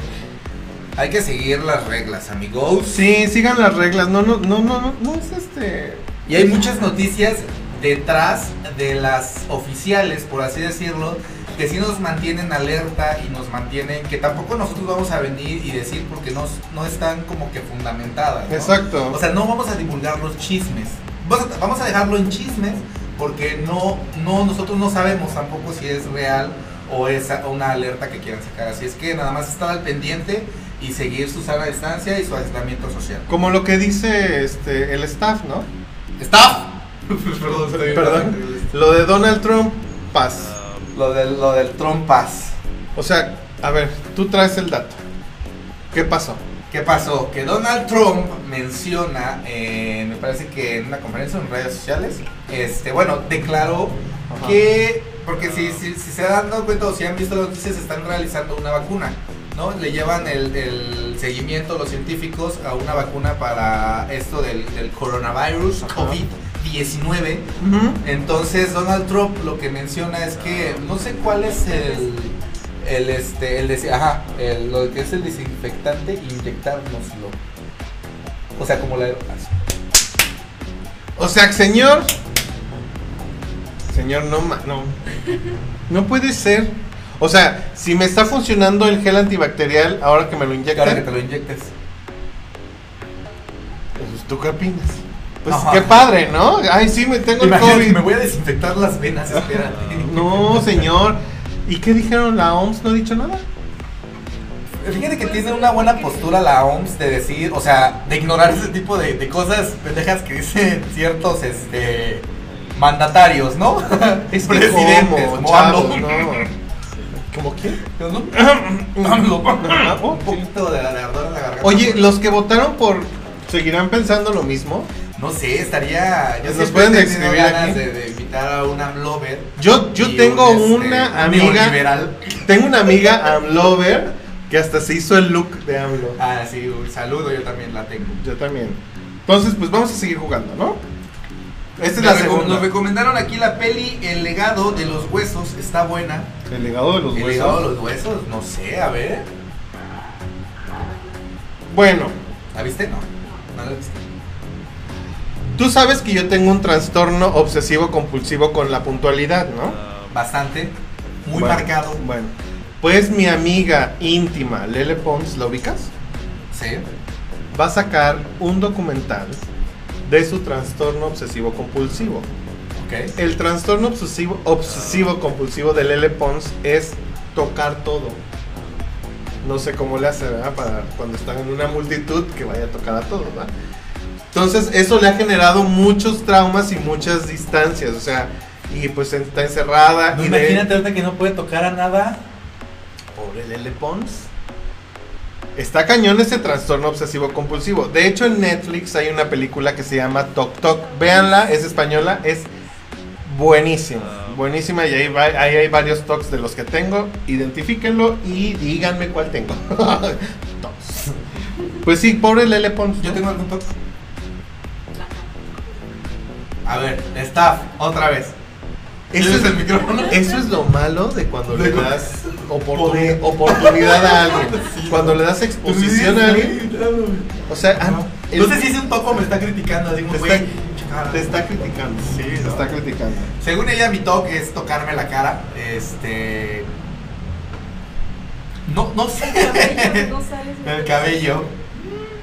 Speaker 2: hay que seguir las reglas, amigos.
Speaker 1: Sí, sigan las reglas. No, no, no, no, no, no es este.
Speaker 2: Y hay muchas noticias detrás de las oficiales, por así decirlo, que sí nos mantienen alerta y nos mantienen, que tampoco nosotros vamos a venir y decir porque no, no están como que fundamentadas. ¿no?
Speaker 1: Exacto.
Speaker 2: O sea, no vamos a divulgar los chismes. Vamos a, vamos a dejarlo en chismes porque no, no, nosotros no sabemos tampoco si es real o es a- una alerta que quieran sacar. Así es que nada más estar al pendiente y seguir su sana distancia y su aislamiento social.
Speaker 1: como lo que dice este, el staff, ¿no?
Speaker 2: ¡Staff! Perdón, estoy- este.
Speaker 1: Perdón. Lo de Donald Trump, paz.
Speaker 2: Lo del, lo del trompas.
Speaker 1: O sea, a ver, tú traes el dato. ¿Qué pasó?
Speaker 2: ¿Qué ¿Qué pasó? Que Donald Trump menciona, eh, me parece que en una conferencia en redes sociales, este, bueno, declaró
Speaker 1: Ajá.
Speaker 2: que, porque si, si, si se han dado cuenta o si han visto las noticias, están realizando una vacuna, ¿no? Le llevan el, el seguimiento los científicos a una vacuna para esto del, del coronavirus,
Speaker 1: Ajá.
Speaker 2: COVID-19. Entonces Donald Trump lo que menciona es que no sé cuál es el el este el desi- ajá, el- lo que es el desinfectante inyectárnoslo. O sea, como la
Speaker 1: O sea, señor. Señor, no ma- no. No puede ser. O sea, si me está funcionando el gel antibacterial ahora que me lo
Speaker 2: ahora que te
Speaker 1: inyectan,
Speaker 2: lo inyectes.
Speaker 1: pues, ¿tú qué opinas? Pues
Speaker 2: Ajá.
Speaker 1: qué padre, ¿no? Ay, sí, me tengo
Speaker 2: Imagínate,
Speaker 1: el COVID. Ah,
Speaker 2: me voy a desinfectar las venas, espérate.
Speaker 1: No, señor. ¿Y qué dijeron? ¿La OMS no ha dicho nada?
Speaker 2: Fíjate que tiene una buena postura la OMS de decir, o sea, de ignorar ese tipo de, de cosas pendejas que dicen ciertos este mandatarios, ¿no?
Speaker 1: Es que
Speaker 2: presidente,
Speaker 1: como,
Speaker 2: como
Speaker 1: chavos,
Speaker 2: AMLO.
Speaker 1: no. ¿Cómo quién?
Speaker 2: Un poquito de, de ardor en la garganta.
Speaker 1: Oye, los que votaron por. ¿Seguirán pensando lo mismo?
Speaker 2: No sé, estaría.
Speaker 1: Nos
Speaker 2: Yo siempre
Speaker 1: pueden
Speaker 2: he tenido
Speaker 1: escribir
Speaker 2: ganas
Speaker 1: aquí.
Speaker 2: de, de invitar a una blogger.
Speaker 1: Yo, yo tengo una amiga.
Speaker 2: este, Liberal.
Speaker 1: Tengo una amiga Amlover que hasta se hizo el look de Amlo.
Speaker 2: Ah, sí, un saludo, yo también la tengo.
Speaker 1: Yo también. Entonces, pues vamos a seguir jugando, ¿no? Esta es
Speaker 2: Me
Speaker 1: la
Speaker 2: recom- Nos
Speaker 1: segunda.
Speaker 2: recomendaron aquí la peli El legado de los huesos. Está buena.
Speaker 1: El legado de los
Speaker 2: El legado de
Speaker 1: huesos.
Speaker 2: los huesos, no sé, a ver.
Speaker 1: Bueno,
Speaker 2: ¿La viste? No. No la viste.
Speaker 1: tú sabes que yo tengo un trastorno obsesivo compulsivo con la puntualidad, ¿no?
Speaker 2: Bastante. Muy
Speaker 1: Bueno,
Speaker 2: marcado.
Speaker 1: Bueno, pues mi amiga íntima Lele Pons, ¿lo ubicas?
Speaker 2: Sí.
Speaker 1: Va a sacar un documental de su trastorno obsesivo compulsivo.
Speaker 2: Ok.
Speaker 1: El trastorno obsesivo, obsesivo compulsivo de Lele Pons es tocar todo. No sé cómo le hace, ¿verdad? Para cuando están en una multitud que vaya a tocar a todo, ¿verdad? Entonces, eso le ha generado muchos traumas y muchas distancias, o sea, y pues está encerrada.
Speaker 2: No,
Speaker 1: y de-
Speaker 2: imagínate ahorita que no puede tocar a nada.
Speaker 1: Pobre Lele Pons. Está cañón ese trastorno obsesivo compulsivo. De hecho, en Netflix hay una película que se llama Tok Tok. Véanla, es española, es buenísima.
Speaker 2: Ah.
Speaker 1: Buenísima y ahí, va- ahí hay varios tocs de los que tengo. Identifíquenlo y díganme cuál tengo. Tocs. Pues sí, pobre Lele Pons.
Speaker 2: Yo tengo algún toque. A ver, staff, otra vez.
Speaker 1: Eso
Speaker 2: ¿Tienes
Speaker 1: es-
Speaker 2: el micrófono?
Speaker 1: Eso es lo malo de cuando le
Speaker 2: Luego-
Speaker 1: das oportuni- oportunidad a alguien. Cuando le das
Speaker 2: Pues
Speaker 1: exposición a alguien. O sea, ah, el-
Speaker 2: No sé si es un toco me está criticando, así como,
Speaker 1: Te
Speaker 2: güey,
Speaker 1: está-
Speaker 2: chacala.
Speaker 1: Ah, Te está criticando.
Speaker 2: Sí,
Speaker 1: te
Speaker 2: ¿no?
Speaker 1: está criticando.
Speaker 2: Según ella, mi toque es tocarme la cara. Este. No, no sé.
Speaker 3: cabello, no sales
Speaker 2: El cabello.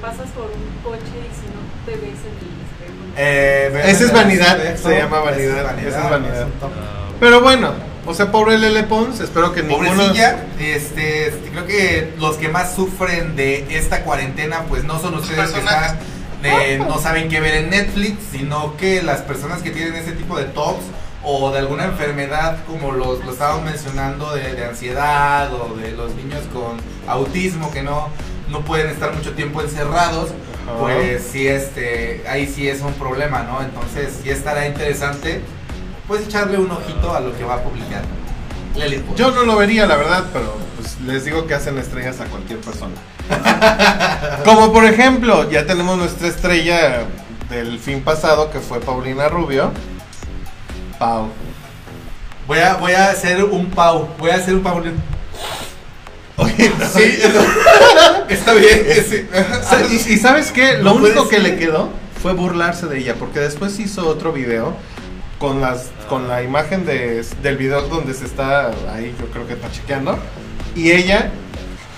Speaker 3: Pasas por un coche y si no te ves en el espejo.
Speaker 2: Eh, ver-
Speaker 1: Esa es vanidad,
Speaker 2: ver-
Speaker 1: se llama vanidad,
Speaker 2: Esa
Speaker 1: esa es vanidad.
Speaker 2: un toque.
Speaker 1: Pero bueno, o sea, pobre Lele Pons, espero que ninguno.
Speaker 2: Pobrecilla, este, este, creo que los que más sufren de esta cuarentena, pues no son ustedes que están, de- no saben qué ver en Netflix, sino que las personas que tienen este tipo de talks o de alguna enfermedad, como los, lo estábamos mencionando, de, de ansiedad o de los niños con autismo que no, no pueden estar mucho tiempo encerrados,
Speaker 1: Ajá.
Speaker 2: pues sí, este, ahí sí es un problema, ¿no? Entonces, sí estará interesante, pues echarle un ojito a lo que va a publicar. Lele, pues.
Speaker 1: Yo no lo vería, la verdad, pero pues, les digo que hacen estrellas a cualquier persona. Como por ejemplo, ya tenemos nuestra estrella del fin pasado, que fue Paulina Rubio. Pau.
Speaker 2: Voy a, voy a hacer un pau. Voy a hacer un pau.
Speaker 1: Oye, no.
Speaker 2: Sí, está bien. ese-
Speaker 1: Sa- y, y sabes qué, lo
Speaker 2: Ah, No
Speaker 1: único
Speaker 2: puedes
Speaker 1: que
Speaker 2: ir.
Speaker 1: le quedó fue burlarse de ella, porque después hizo otro video con las con la imagen de, del video donde se está ahí, yo creo que está chequeando, y ella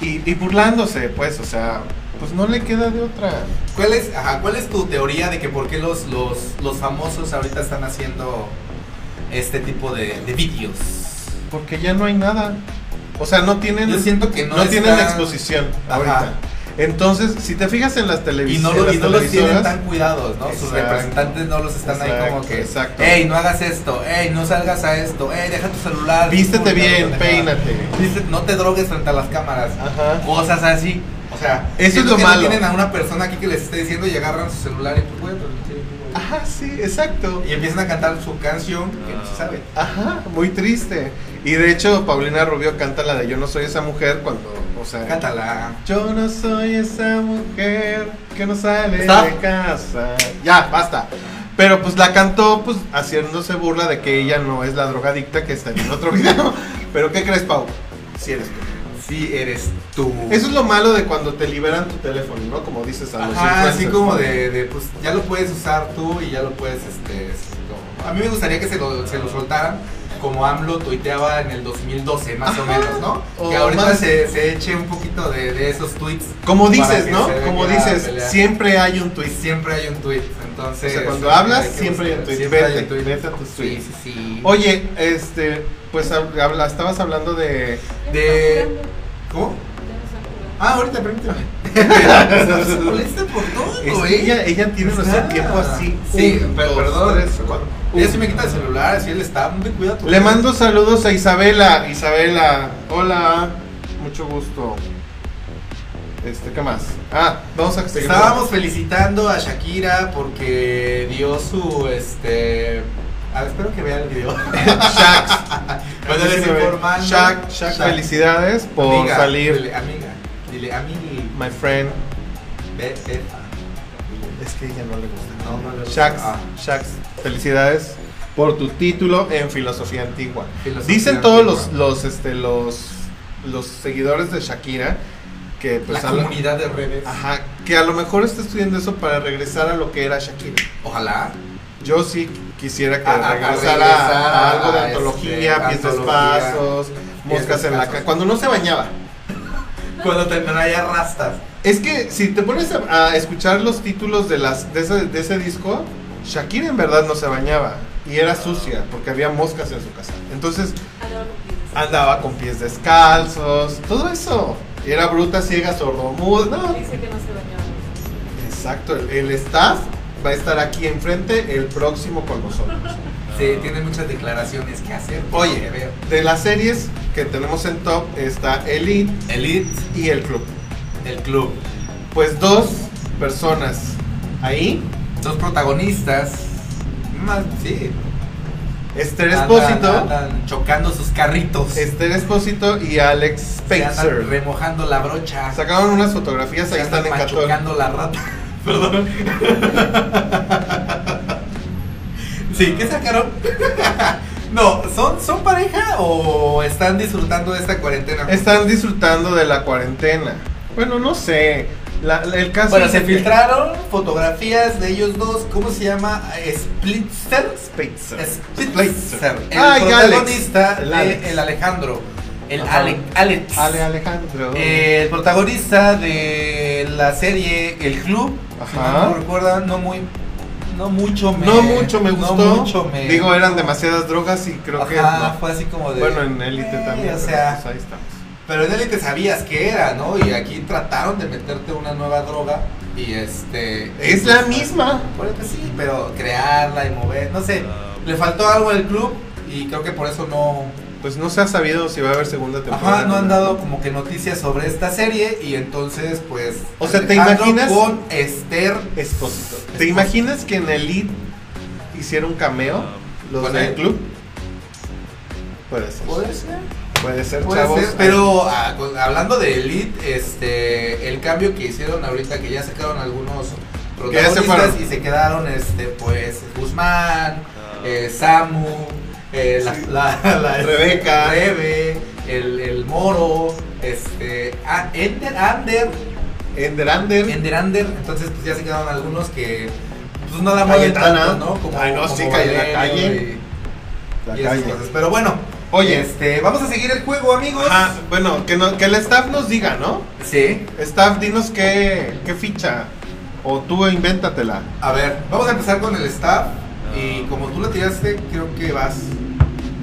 Speaker 1: y, y burlándose, pues, o sea, pues no le queda de otra.
Speaker 2: ¿Cuál es, ajá, ¿Cuál es tu teoría de que por qué los, los, los famosos ahorita están haciendo este tipo de, de vídeos?
Speaker 1: Porque ya no hay nada. O sea, no tienen
Speaker 2: Yo siento que no
Speaker 1: no tienen
Speaker 2: está-
Speaker 1: exposición
Speaker 2: Ajá.
Speaker 1: ahorita. Entonces, si te fijas en las
Speaker 2: Y
Speaker 1: televisiones,
Speaker 2: no, lo- y no los tienen tan cuidados, ¿no? Sus
Speaker 1: Exacto.
Speaker 2: representantes no los están ahí como
Speaker 1: Exacto,
Speaker 2: que,
Speaker 1: exacto.
Speaker 2: hey, no hagas esto, hey, no salgas a esto, hey, deja tu celular.
Speaker 1: vístete
Speaker 2: Puta,
Speaker 1: bien,
Speaker 2: deja-
Speaker 1: peínate.
Speaker 2: Vístete- no te drogues frente a las cámaras.
Speaker 1: Ajá.
Speaker 2: Cosas así. O sea,
Speaker 1: Eso es
Speaker 2: siento
Speaker 1: lo
Speaker 2: que
Speaker 1: malo.
Speaker 2: No tienen a una persona aquí que les esté diciendo y agarran su celular y pues voy a transmitir en vivo.
Speaker 1: Ajá, sí, exacto.
Speaker 2: Y empiezan a cantar su canción que no se sabe.
Speaker 1: Ajá, muy triste. Y de hecho, Paulina Rubio canta la de Yo no soy esa mujer cuando, o sea,
Speaker 2: Cántala.
Speaker 1: Yo no soy esa mujer que no sale
Speaker 2: ¿Está?
Speaker 1: de casa. Ya, basta. Pero pues la cantó pues haciéndose burla de que ella no es la drogadicta que está en el otro video. Pero ¿qué crees, Pau? Si eres tú.
Speaker 2: Sí, eres tú.
Speaker 1: Eso es lo malo de cuando te liberan tu teléfono, ¿no? Como dices a los
Speaker 2: Ajá, así
Speaker 1: influencers.
Speaker 2: como de, de, pues ya lo puedes usar tú y ya lo puedes, este, es como- a mí me gustaría que se lo, se lo soltaran como AMLO tuiteaba en el 2012 más o menos, ¿no?
Speaker 1: o
Speaker 2: que ahorita
Speaker 1: más.
Speaker 2: se, se eche un poquito de, de esos tweets.
Speaker 1: Como
Speaker 2: Para
Speaker 1: dices,
Speaker 2: que
Speaker 1: ¿no?
Speaker 2: se vea
Speaker 1: Como
Speaker 2: la
Speaker 1: dices,
Speaker 2: pelea.
Speaker 1: siempre hay un
Speaker 2: Pues
Speaker 1: twist.
Speaker 2: siempre hay un tweet, entonces...
Speaker 1: O sea, cuando
Speaker 2: hay
Speaker 1: hablas,
Speaker 2: que
Speaker 1: siempre hay un
Speaker 2: buscar-
Speaker 1: tweet.
Speaker 2: siempre hay
Speaker 1: Vete,
Speaker 2: un tweet.
Speaker 1: vete a tus tweets.
Speaker 2: Sí, sí, sí.
Speaker 1: Oye, este, pues hab- habla- estabas hablando de...
Speaker 2: De-
Speaker 3: Ya nos están
Speaker 2: ¿Cómo?
Speaker 3: jugando, ya nos están jugando.
Speaker 2: Ah, ahorita, permítame. Estás molesta por
Speaker 1: Es
Speaker 2: todo,
Speaker 1: que
Speaker 2: ¿eh?
Speaker 1: este, ella, ella tiene nuestro
Speaker 2: Está-
Speaker 1: tiempo así.
Speaker 2: Sí,
Speaker 1: Un,
Speaker 2: pero
Speaker 1: dos,
Speaker 2: perdón.
Speaker 1: tres, cuatro.
Speaker 2: Ella
Speaker 1: Un.
Speaker 2: sí me quita el celular, así él está. ¿Dónde cuida tu
Speaker 1: uh. Le mando saludos a Isabela. Isabela, hola, mucho gusto. Este, ¿qué más? Ah, vamos a seguir.
Speaker 2: Estábamos felicitando a Shakira porque dio su este. A ver, espero que vean el video.
Speaker 1: Shax.
Speaker 2: Cuando
Speaker 1: Así
Speaker 2: les
Speaker 1: se ve.
Speaker 2: informando.
Speaker 1: eh. Shaq, Shaq,
Speaker 2: Shaq.
Speaker 1: felicidades por
Speaker 2: Amiga,
Speaker 1: salir.
Speaker 2: Dile, amiga, dile, amigui.
Speaker 1: My friend.
Speaker 2: Ve, ve.
Speaker 1: Es que ella no le gusta.
Speaker 2: No, no le gusta.
Speaker 1: Shax,
Speaker 2: Ah.
Speaker 1: Shax, felicidades por tu título en filosofía antigua.
Speaker 2: Filosofía
Speaker 1: Dicen todos los,
Speaker 2: antigua.
Speaker 1: los, este, los, los seguidores de Shakira que pues
Speaker 2: la
Speaker 1: a lo-
Speaker 2: comunidad de redes.
Speaker 1: ajá, que a lo mejor está estudiando eso para regresar a lo que era Shakira.
Speaker 2: Ojalá.
Speaker 1: Yo sí quisiera que
Speaker 2: A- a- a
Speaker 1: regresara
Speaker 2: regresar
Speaker 1: a, a algo de
Speaker 2: a
Speaker 1: antología,
Speaker 2: este,
Speaker 1: pies
Speaker 2: antología,
Speaker 1: despasos, moscas en la
Speaker 2: despasos.
Speaker 1: cara. Cuando no se bañaba.
Speaker 2: Cuando tendrán ya rastas.
Speaker 1: Es que si te pones a, a escuchar los títulos de, las, de, ese, de ese disco, Shakira en verdad no se bañaba y era sucia porque había moscas en su casa. Entonces
Speaker 3: Andaba con pies.
Speaker 1: andaba con pies descalzos, todo eso. Era bruta, ciega, sordomuda. ¿no?
Speaker 3: Dice que no se bañaba.
Speaker 1: Exacto, el, el staff va a estar aquí enfrente el próximo con nosotros.
Speaker 2: Sí, tiene muchas declaraciones que hacer.
Speaker 1: Oye, de las series que tenemos en top está Elite
Speaker 2: Elite,
Speaker 1: y El Club.
Speaker 2: el club.
Speaker 1: Pues dos personas ahí
Speaker 2: Dos protagonistas. Más, sí.
Speaker 1: Esther
Speaker 2: Andan-
Speaker 1: Espósito,
Speaker 2: andan chocando sus carritos.
Speaker 1: Esther Espósito y Alex
Speaker 2: Se andan
Speaker 1: Spencer.
Speaker 2: remojando la brocha.
Speaker 1: Sacaron unas fotografías, ahí
Speaker 2: Se andan
Speaker 1: están en cartón.
Speaker 2: machucando la rata. Perdón. sí, ¿qué sacaron? no, ¿son, ¿son pareja o están disfrutando de esta cuarentena?
Speaker 1: Están disfrutando de la cuarentena. Bueno, no sé. La- la- el caso
Speaker 2: Bueno,
Speaker 1: es
Speaker 2: se
Speaker 1: que-
Speaker 2: filtraron fotografías de ellos dos. ¿Cómo se llama? Splitzer.
Speaker 1: Spencer.
Speaker 2: Splitzer. El
Speaker 1: Ay, Alex.
Speaker 2: protagonista
Speaker 1: El
Speaker 2: de
Speaker 1: Alex.
Speaker 2: El Alejandro. El
Speaker 1: Ajá.
Speaker 2: Ale- Alex.
Speaker 1: Ale Alejandro.
Speaker 2: Eh, el protagonista de la serie El Club. Si
Speaker 1: Ajá.
Speaker 2: no me recuerdan, no muy. No mucho me.
Speaker 1: no mucho me gustó.
Speaker 2: No mucho me.
Speaker 1: Digo, eran demasiadas drogas y creo que.
Speaker 2: Ajá,
Speaker 1: no.
Speaker 2: fue así como de.
Speaker 1: Bueno, en élite
Speaker 2: eh,
Speaker 1: también. pero,
Speaker 2: O sea,
Speaker 1: pues, ahí estamos.
Speaker 2: pero en élite sabías que era, ¿no? Y aquí trataron de meterte una nueva droga. Y este.
Speaker 1: Es la misma.
Speaker 2: Bueno, que sí, pero crearla y mover. No sé. Le faltó algo al club. Y creo que por eso no.
Speaker 1: Pues no se ha sabido si va a haber segunda temporada.
Speaker 2: Ajá, no han dado como que noticias sobre esta serie y entonces pues...
Speaker 1: O sea, ¿te
Speaker 2: Alejandro
Speaker 1: imaginas?
Speaker 2: Con Esther...
Speaker 1: Espósito. ¿Te imaginas que en Elite hiciera un cameo los
Speaker 2: ¿Con
Speaker 1: del
Speaker 2: él?
Speaker 1: club? Puede ser.
Speaker 2: ¿Puede ser?
Speaker 1: Puede ser,
Speaker 2: Puede
Speaker 1: chavos.
Speaker 2: ser, pero ah, con- hablando de Elite, este, el cambio que hicieron ahorita, que ya sacaron algunos
Speaker 1: Que ya se
Speaker 2: protagonistas
Speaker 1: fueron.
Speaker 2: y se quedaron, este, pues, Guzmán, eh, Samu, eh, la,
Speaker 1: Sí.
Speaker 2: la- la-
Speaker 1: Rebeca.
Speaker 2: Rebe, el, el Moro, este, ah, Ender, Ander,
Speaker 1: Ender Ander.
Speaker 2: en Derander, entonces pues ya se quedaron algunos que pues no la mueven
Speaker 1: Cayetana.
Speaker 2: tanto, ¿no? Como,
Speaker 1: Ay, no,
Speaker 2: como
Speaker 1: sí, cae en la
Speaker 2: Valerio
Speaker 1: calle.
Speaker 2: y-
Speaker 1: La
Speaker 2: y esas
Speaker 1: calle.
Speaker 2: cosas. Pero bueno,
Speaker 1: Oye.
Speaker 2: este, vamos a seguir el juego, amigos.
Speaker 1: Ajá, bueno, que, no- que el staff nos diga, ¿no?
Speaker 2: Sí.
Speaker 1: Staff, dinos qué, qué ficha. O tú invéntatela.
Speaker 2: A ver, vamos a empezar con el staff y
Speaker 1: Ah.
Speaker 2: como tú la tiraste, creo que vas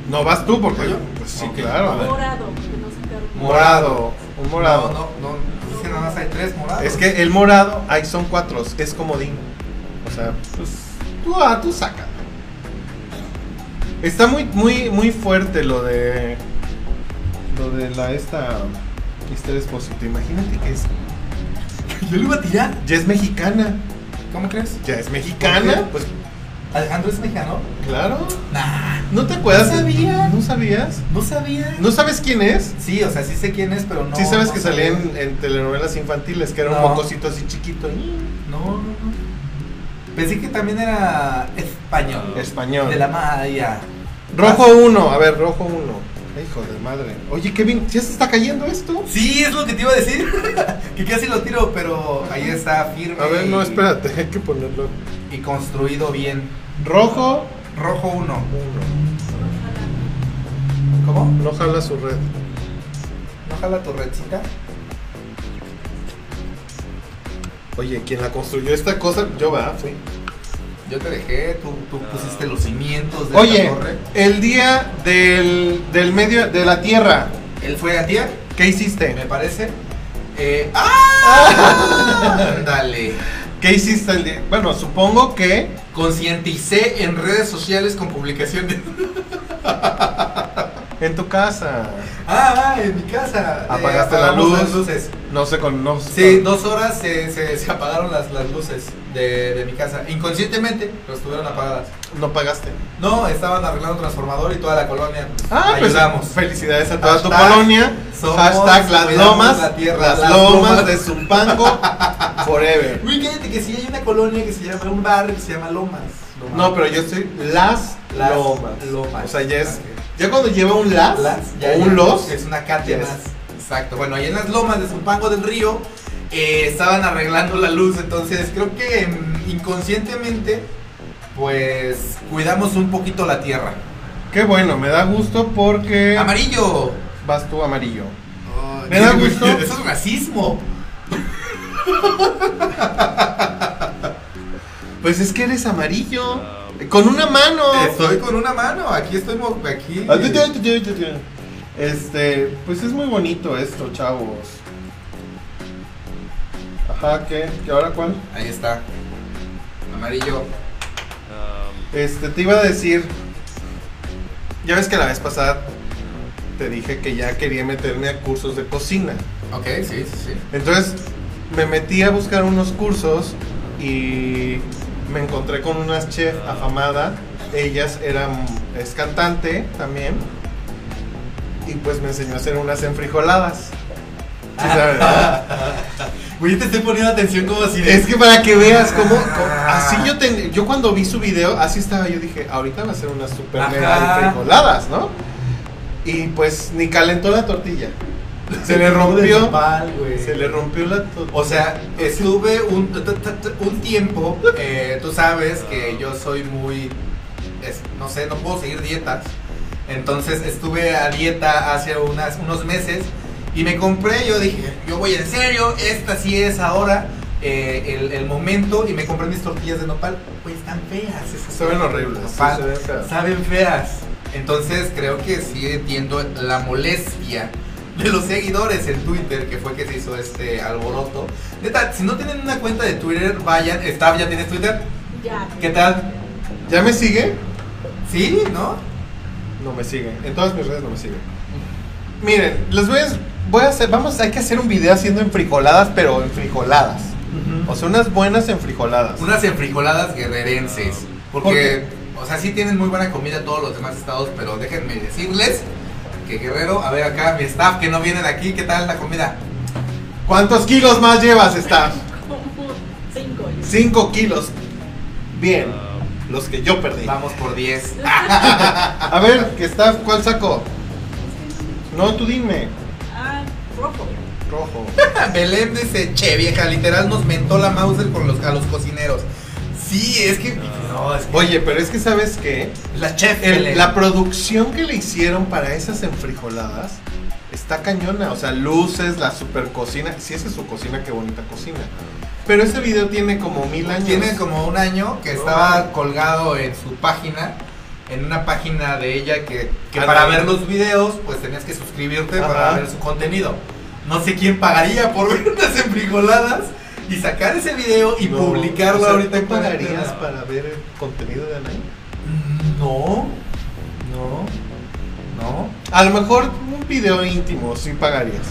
Speaker 1: No vas tú, porque
Speaker 2: ¿Yo?
Speaker 1: yo. Pues sí,
Speaker 2: Ok, a ver.
Speaker 1: claro.
Speaker 3: Morado, que no sacaron.
Speaker 2: Mo-
Speaker 1: Morado. Un morado.
Speaker 2: No, no, no, es que nada más hay tres morados.
Speaker 1: Es que el morado, ahí son cuatro. Es comodín. O sea, pues. Tú, ah, tú saca. Está muy, muy, muy fuerte lo de. Lo de la esta. Este esposo. Imagínate que es
Speaker 2: Yo lo iba a tirar.
Speaker 1: Ya es mexicana.
Speaker 2: ¿Cómo crees?
Speaker 1: Ya es mexicana. pues,
Speaker 2: Pues, ¿Alejandro es mexicano?
Speaker 1: Claro.
Speaker 2: Nah,
Speaker 1: ¿No te acuerdas?
Speaker 2: No sabía.
Speaker 1: ¿No sabías?
Speaker 2: no sabía.
Speaker 1: ¿No sabes quién es?
Speaker 2: Sí, o sea, sí sé quién es, pero no.
Speaker 1: sí sabes
Speaker 2: no
Speaker 1: que
Speaker 2: sabía.
Speaker 1: salía en, en telenovelas infantiles, que era un
Speaker 2: No.
Speaker 1: mocosito así chiquito.
Speaker 2: No, no, no. Pensé que también era
Speaker 1: Ah.
Speaker 2: español.
Speaker 1: Español.
Speaker 2: De la Maya.
Speaker 1: Rojo 1, a ver, rojo 1. Hijo de madre. Oye, Kevin, ¿ya se está cayendo esto?
Speaker 2: Sí, es lo que te iba a decir. que casi lo tiro, pero ahí está firme.
Speaker 1: A ver,
Speaker 2: y-
Speaker 1: no, espérate, hay que ponerlo.
Speaker 2: Y construido bien.
Speaker 1: Rojo
Speaker 2: Rojo 1.
Speaker 1: 1.
Speaker 2: ¿Cómo?
Speaker 1: No jala su red.
Speaker 2: ¿No jala tu redcita?
Speaker 1: Oye, quien la construyó esta cosa, yo va, fui.
Speaker 2: Yo te dejé, tú, tú pusiste los cimientos de
Speaker 1: Oye,
Speaker 2: esta torre.
Speaker 1: el día del, del medio de la tierra,
Speaker 2: Él fue a tía,
Speaker 1: ¿qué
Speaker 2: me
Speaker 1: hiciste?
Speaker 2: parece. Eh, ¡Ah! Dale.
Speaker 1: ¿Qué hiciste el día? Bueno, supongo que
Speaker 2: Concienticé en redes sociales con publicaciones.
Speaker 1: en tu casa.
Speaker 2: Ah, ah, en mi casa. Eh,
Speaker 1: Apagaste la
Speaker 2: apagamos
Speaker 1: luz.
Speaker 2: las luces.
Speaker 1: No se conoce.
Speaker 2: Sí, dos horas se, se- se apagaron las, las luces de, de mi casa. Inconscientemente, pero estuvieron apagadas.
Speaker 1: No pagaste.
Speaker 2: No, estaban arreglando un transformador y toda la colonia. pues,
Speaker 1: Ah, pues
Speaker 2: ayudamos.
Speaker 1: felicidades a toda tu
Speaker 2: Hashtag
Speaker 1: colonia.
Speaker 2: somos-
Speaker 1: Hashtag las
Speaker 2: cuidamos
Speaker 1: lomas,
Speaker 2: la tierra,
Speaker 1: las,
Speaker 2: las
Speaker 1: lomas,
Speaker 2: lomas.
Speaker 1: de Zumpango forever.
Speaker 2: Uy, cállate que sí hay una colonia que se llama, un barrio que se llama Lomas. Lomas.
Speaker 1: No, pero yo estoy las,
Speaker 2: Las
Speaker 1: lomas.
Speaker 2: Lomas.
Speaker 1: O sea, ya es ya cuando lleva un las,
Speaker 2: Las,
Speaker 1: o
Speaker 2: ya,
Speaker 1: un
Speaker 2: ya,
Speaker 1: los,
Speaker 2: Es una calle
Speaker 1: ya
Speaker 2: más. Exacto. Bueno, ahí en las lomas de Zumpango del Río eh, estaban arreglando la luz. Entonces creo que mm, inconscientemente, pues cuidamos un poquito la tierra.
Speaker 1: qué bueno, me da gusto porque
Speaker 2: Amarillo.
Speaker 1: vas tú amarillo.
Speaker 2: Ay,
Speaker 1: da
Speaker 2: güey,
Speaker 1: gusto.
Speaker 2: Eso es racismo.
Speaker 1: Pues es que eres amarillo con una mano.
Speaker 2: Estoy con una mano. Aquí estoy. mo- Aquí.
Speaker 1: Ah, Este, pues es muy bonito esto, chavos. Ajá, ¿qué? ¿Qué ahora cuál?
Speaker 2: Ahí está. Amarillo.
Speaker 1: Este, te iba a decir. Ya ves que la vez pasada te dije que ya quería meterme a cursos de cocina.
Speaker 2: Ok, sí, sí, sí.
Speaker 1: Entonces me metí a buscar unos cursos y me encontré con una chef afamada. Ellas eran, es cantante también. Y pues me enseñó a hacer unas enfrijoladas. Sí, sabes, ¿verdad?
Speaker 2: Güey, te estoy poniendo atención como si.
Speaker 1: es que para que veas cómo, cómo- así yo ten- yo cuando vi su video, así estaba, yo dije, ahorita va a ser unas super mega
Speaker 2: Ajá.
Speaker 1: enfrijoladas, ¿no? Y pues ni calentó la tortilla. Se le rompió, se le rompió la tortilla.
Speaker 2: O sea, estuve un, t- t- t- un tiempo, eh, tú sabes que yo soy muy, es- no sé, no puedo seguir dietas. Entonces estuve a dieta hace unas, unos meses y me compré, yo dije, yo voy en serio, esta sí es ahora eh, el, el momento y me compré mis tortillas de nopal. Pues están feas. esas
Speaker 1: Saben
Speaker 2: tortillas de
Speaker 1: horribles, sí,
Speaker 2: nopal.
Speaker 1: se ven feas.
Speaker 2: Saben feas. Entonces creo que sí entiendo la molestia de los seguidores en Twitter, que fue que se hizo este alboroto. Neta, si no tienen una cuenta de Twitter, vayan. Está, ¿ya tienes Twitter?
Speaker 3: Ya.
Speaker 2: ¿Qué tal?
Speaker 1: ¿Ya me sigue?
Speaker 2: Sí, ¿no?
Speaker 1: No me siguen. En todas mis redes no me siguen. Miren, les voy a, voy a hacer, vamos, hay que hacer un video haciendo enfrijoladas, pero enfrijoladas. O sea, unas buenas enfrijoladas.
Speaker 2: Unas enfrijoladas guerrerenses. Porque, o sea, sí tienen muy buena comida todos los demás estados, pero déjenme decirles que Guerrero, a ver acá, mi staff que no vienen aquí, ¿qué tal la comida?
Speaker 1: ¿Cuántos kilos más llevas, Staff?
Speaker 3: Como cinco. yo.
Speaker 1: Cinco kilos. Bien, los que yo perdí.
Speaker 2: Vamos por 10.
Speaker 1: A ver, que Staff, ¿cuál sacó? No, tú dime.
Speaker 3: Ah, rojo.
Speaker 1: Rojo.
Speaker 2: Ah, Belén dice, che vieja, literal nos mentó la Mauser con los, a los cocineros. Sí, es que... No, es que-
Speaker 1: Oye, pero es que sabes qué?
Speaker 2: La chef
Speaker 1: El-
Speaker 2: Belén.
Speaker 1: la producción que le hicieron para esas enfrijoladas está cañona. O sea, luces, la super cocina. Si esa es su cocina, qué bonita cocina. Pero ese video tiene como mil años. Oh.
Speaker 2: Tiene como un año que
Speaker 1: No.
Speaker 2: estaba colgado en su página, en una página de ella que, que
Speaker 1: Ah,
Speaker 2: para
Speaker 1: no.
Speaker 2: ver los videos pues tenías que suscribirte para
Speaker 1: Ajá.
Speaker 2: ver su contenido. No sé quién pagaría por ver unas enfrijoladas y sacar ese video y
Speaker 1: No,
Speaker 2: publicarlo
Speaker 1: o sea,
Speaker 2: ahorita en
Speaker 1: ¿tú pagarías
Speaker 2: cuarentena. Mm,
Speaker 1: para ver el contenido de Anaí?
Speaker 2: No, no, no.
Speaker 1: A lo mejor un video íntimo sí pagarías.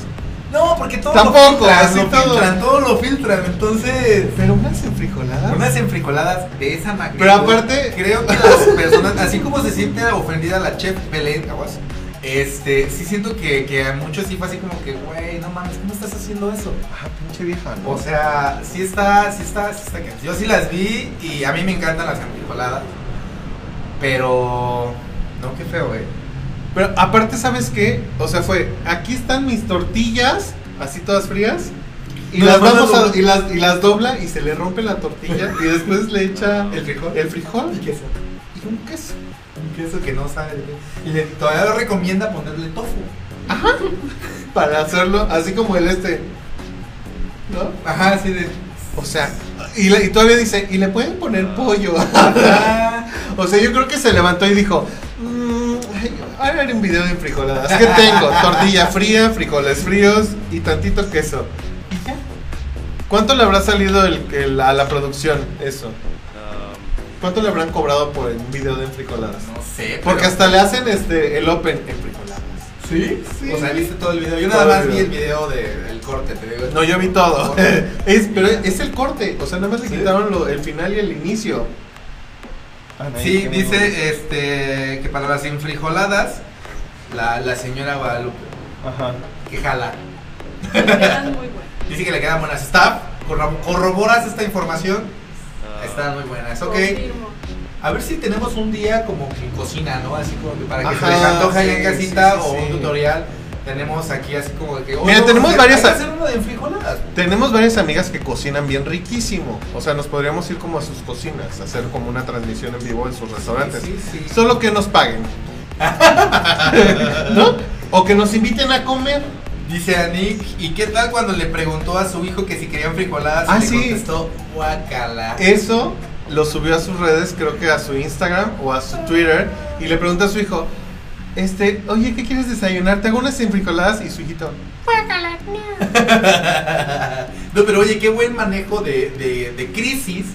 Speaker 2: No, porque todo
Speaker 1: Tampoco,
Speaker 2: lo filtran,
Speaker 1: así
Speaker 2: lo
Speaker 1: todo.
Speaker 2: filtran, todo lo filtran. Entonces,
Speaker 1: Pero unas enfrijoladas.
Speaker 2: unas enfricoladas de esa magnitud.
Speaker 1: Pero aparte-
Speaker 2: creo que las personas, así como se siente ofendida la chef Belén Aguas, este, sí siento que, que a muchos sí fue así como que, güey, no mames, ¿cómo estás haciendo eso?
Speaker 1: Ah, pinche vieja, ¿no?
Speaker 2: O sea, sí está, sí está, sí está. cañón. Yo sí las vi y a mí me encantan las enfrijoladas. Pero, no, qué feo, güey.
Speaker 1: Pero aparte, ¿sabes qué? O sea, fue, aquí están mis tortillas, así todas frías. Y
Speaker 2: Nos
Speaker 1: las,
Speaker 2: manda
Speaker 1: vamos a,
Speaker 2: doble.
Speaker 1: y, las, y las dobla y se le rompe la tortilla y después le echa
Speaker 2: El frijol.
Speaker 1: el frijol
Speaker 2: Y queso.
Speaker 1: y un queso.
Speaker 2: Un queso que no sabe. de qué. Y le- todavía lo recomienda ponerle tofu.
Speaker 1: Para hacerlo así como el este. ¿No?
Speaker 2: Ajá, así de.
Speaker 1: O sea, y, le- y todavía dice, y le pueden poner pollo.
Speaker 2: Ah,
Speaker 1: o sea, yo creo que se levantó y dijo, "Mm, ay, haré un video de frijoladas. ¿Qué tengo? Tortilla fría, frijoles fríos y tantito queso.
Speaker 2: y ya.
Speaker 1: ¿Cuánto le habrá salido el- el- a la producción eso? ¿Cuánto le habrán cobrado por el video de enfrijoladas?
Speaker 2: No sé.
Speaker 1: Porque
Speaker 2: pero-
Speaker 1: hasta le hacen este el open enfrijoladas.
Speaker 2: ¿Sí?
Speaker 1: Sí.
Speaker 2: O sea, viste todo el video. Yo
Speaker 1: Todo
Speaker 2: nada más
Speaker 1: el
Speaker 2: vi
Speaker 1: video.
Speaker 2: el video de- del corte, te digo.
Speaker 1: No, yo vi todo.
Speaker 2: Corte.
Speaker 1: es, pero es el corte, o sea, nada más le
Speaker 2: ¿Sí?
Speaker 1: quitaron lo- el final y el inicio.
Speaker 2: Sí,
Speaker 1: eh,
Speaker 2: dice este, que para las enfrijoladas, la, la señora Guadalupe,
Speaker 1: Ajá.
Speaker 2: que jala.
Speaker 3: Eran muy buenas.
Speaker 2: Dice que le quedan buenas. Está, corro- corroboras esta información. Están muy buenas, ok.
Speaker 3: Confirmo.
Speaker 2: A ver si tenemos un día como que cocina, ¿no? Así como que para que
Speaker 1: Ajá,
Speaker 2: se les antoje ahí en
Speaker 1: sí,
Speaker 2: casita
Speaker 1: sí, sí,
Speaker 2: o un
Speaker 1: sí.
Speaker 2: tutorial. Tenemos aquí así como que.
Speaker 1: Mira,
Speaker 2: oye,
Speaker 1: tenemos
Speaker 2: hay que
Speaker 1: varias-
Speaker 2: hacer uno de enfrijoladas.
Speaker 1: Tenemos varias amigas que cocinan bien riquísimo. O sea, nos podríamos ir como a sus cocinas, hacer como una transmisión en vivo en sus restaurantes.
Speaker 2: Sí, sí, sí.
Speaker 1: Solo que nos paguen. ¿No? O que nos inviten a comer.
Speaker 2: Dice a Nick, ¿y qué tal cuando le preguntó a su hijo que si querían frijoladas?
Speaker 1: Ah,
Speaker 2: y le
Speaker 1: sí. Eh.
Speaker 2: contestó, guacala.
Speaker 1: Eso lo subió a sus redes, creo que a su Instagram o a su Twitter. Y le pregunta a su hijo, este, oye, ¿qué quieres desayunar? Te hago unas enfrijoladas y su hijito.
Speaker 2: no, pero oye, qué buen manejo de, de, de crisis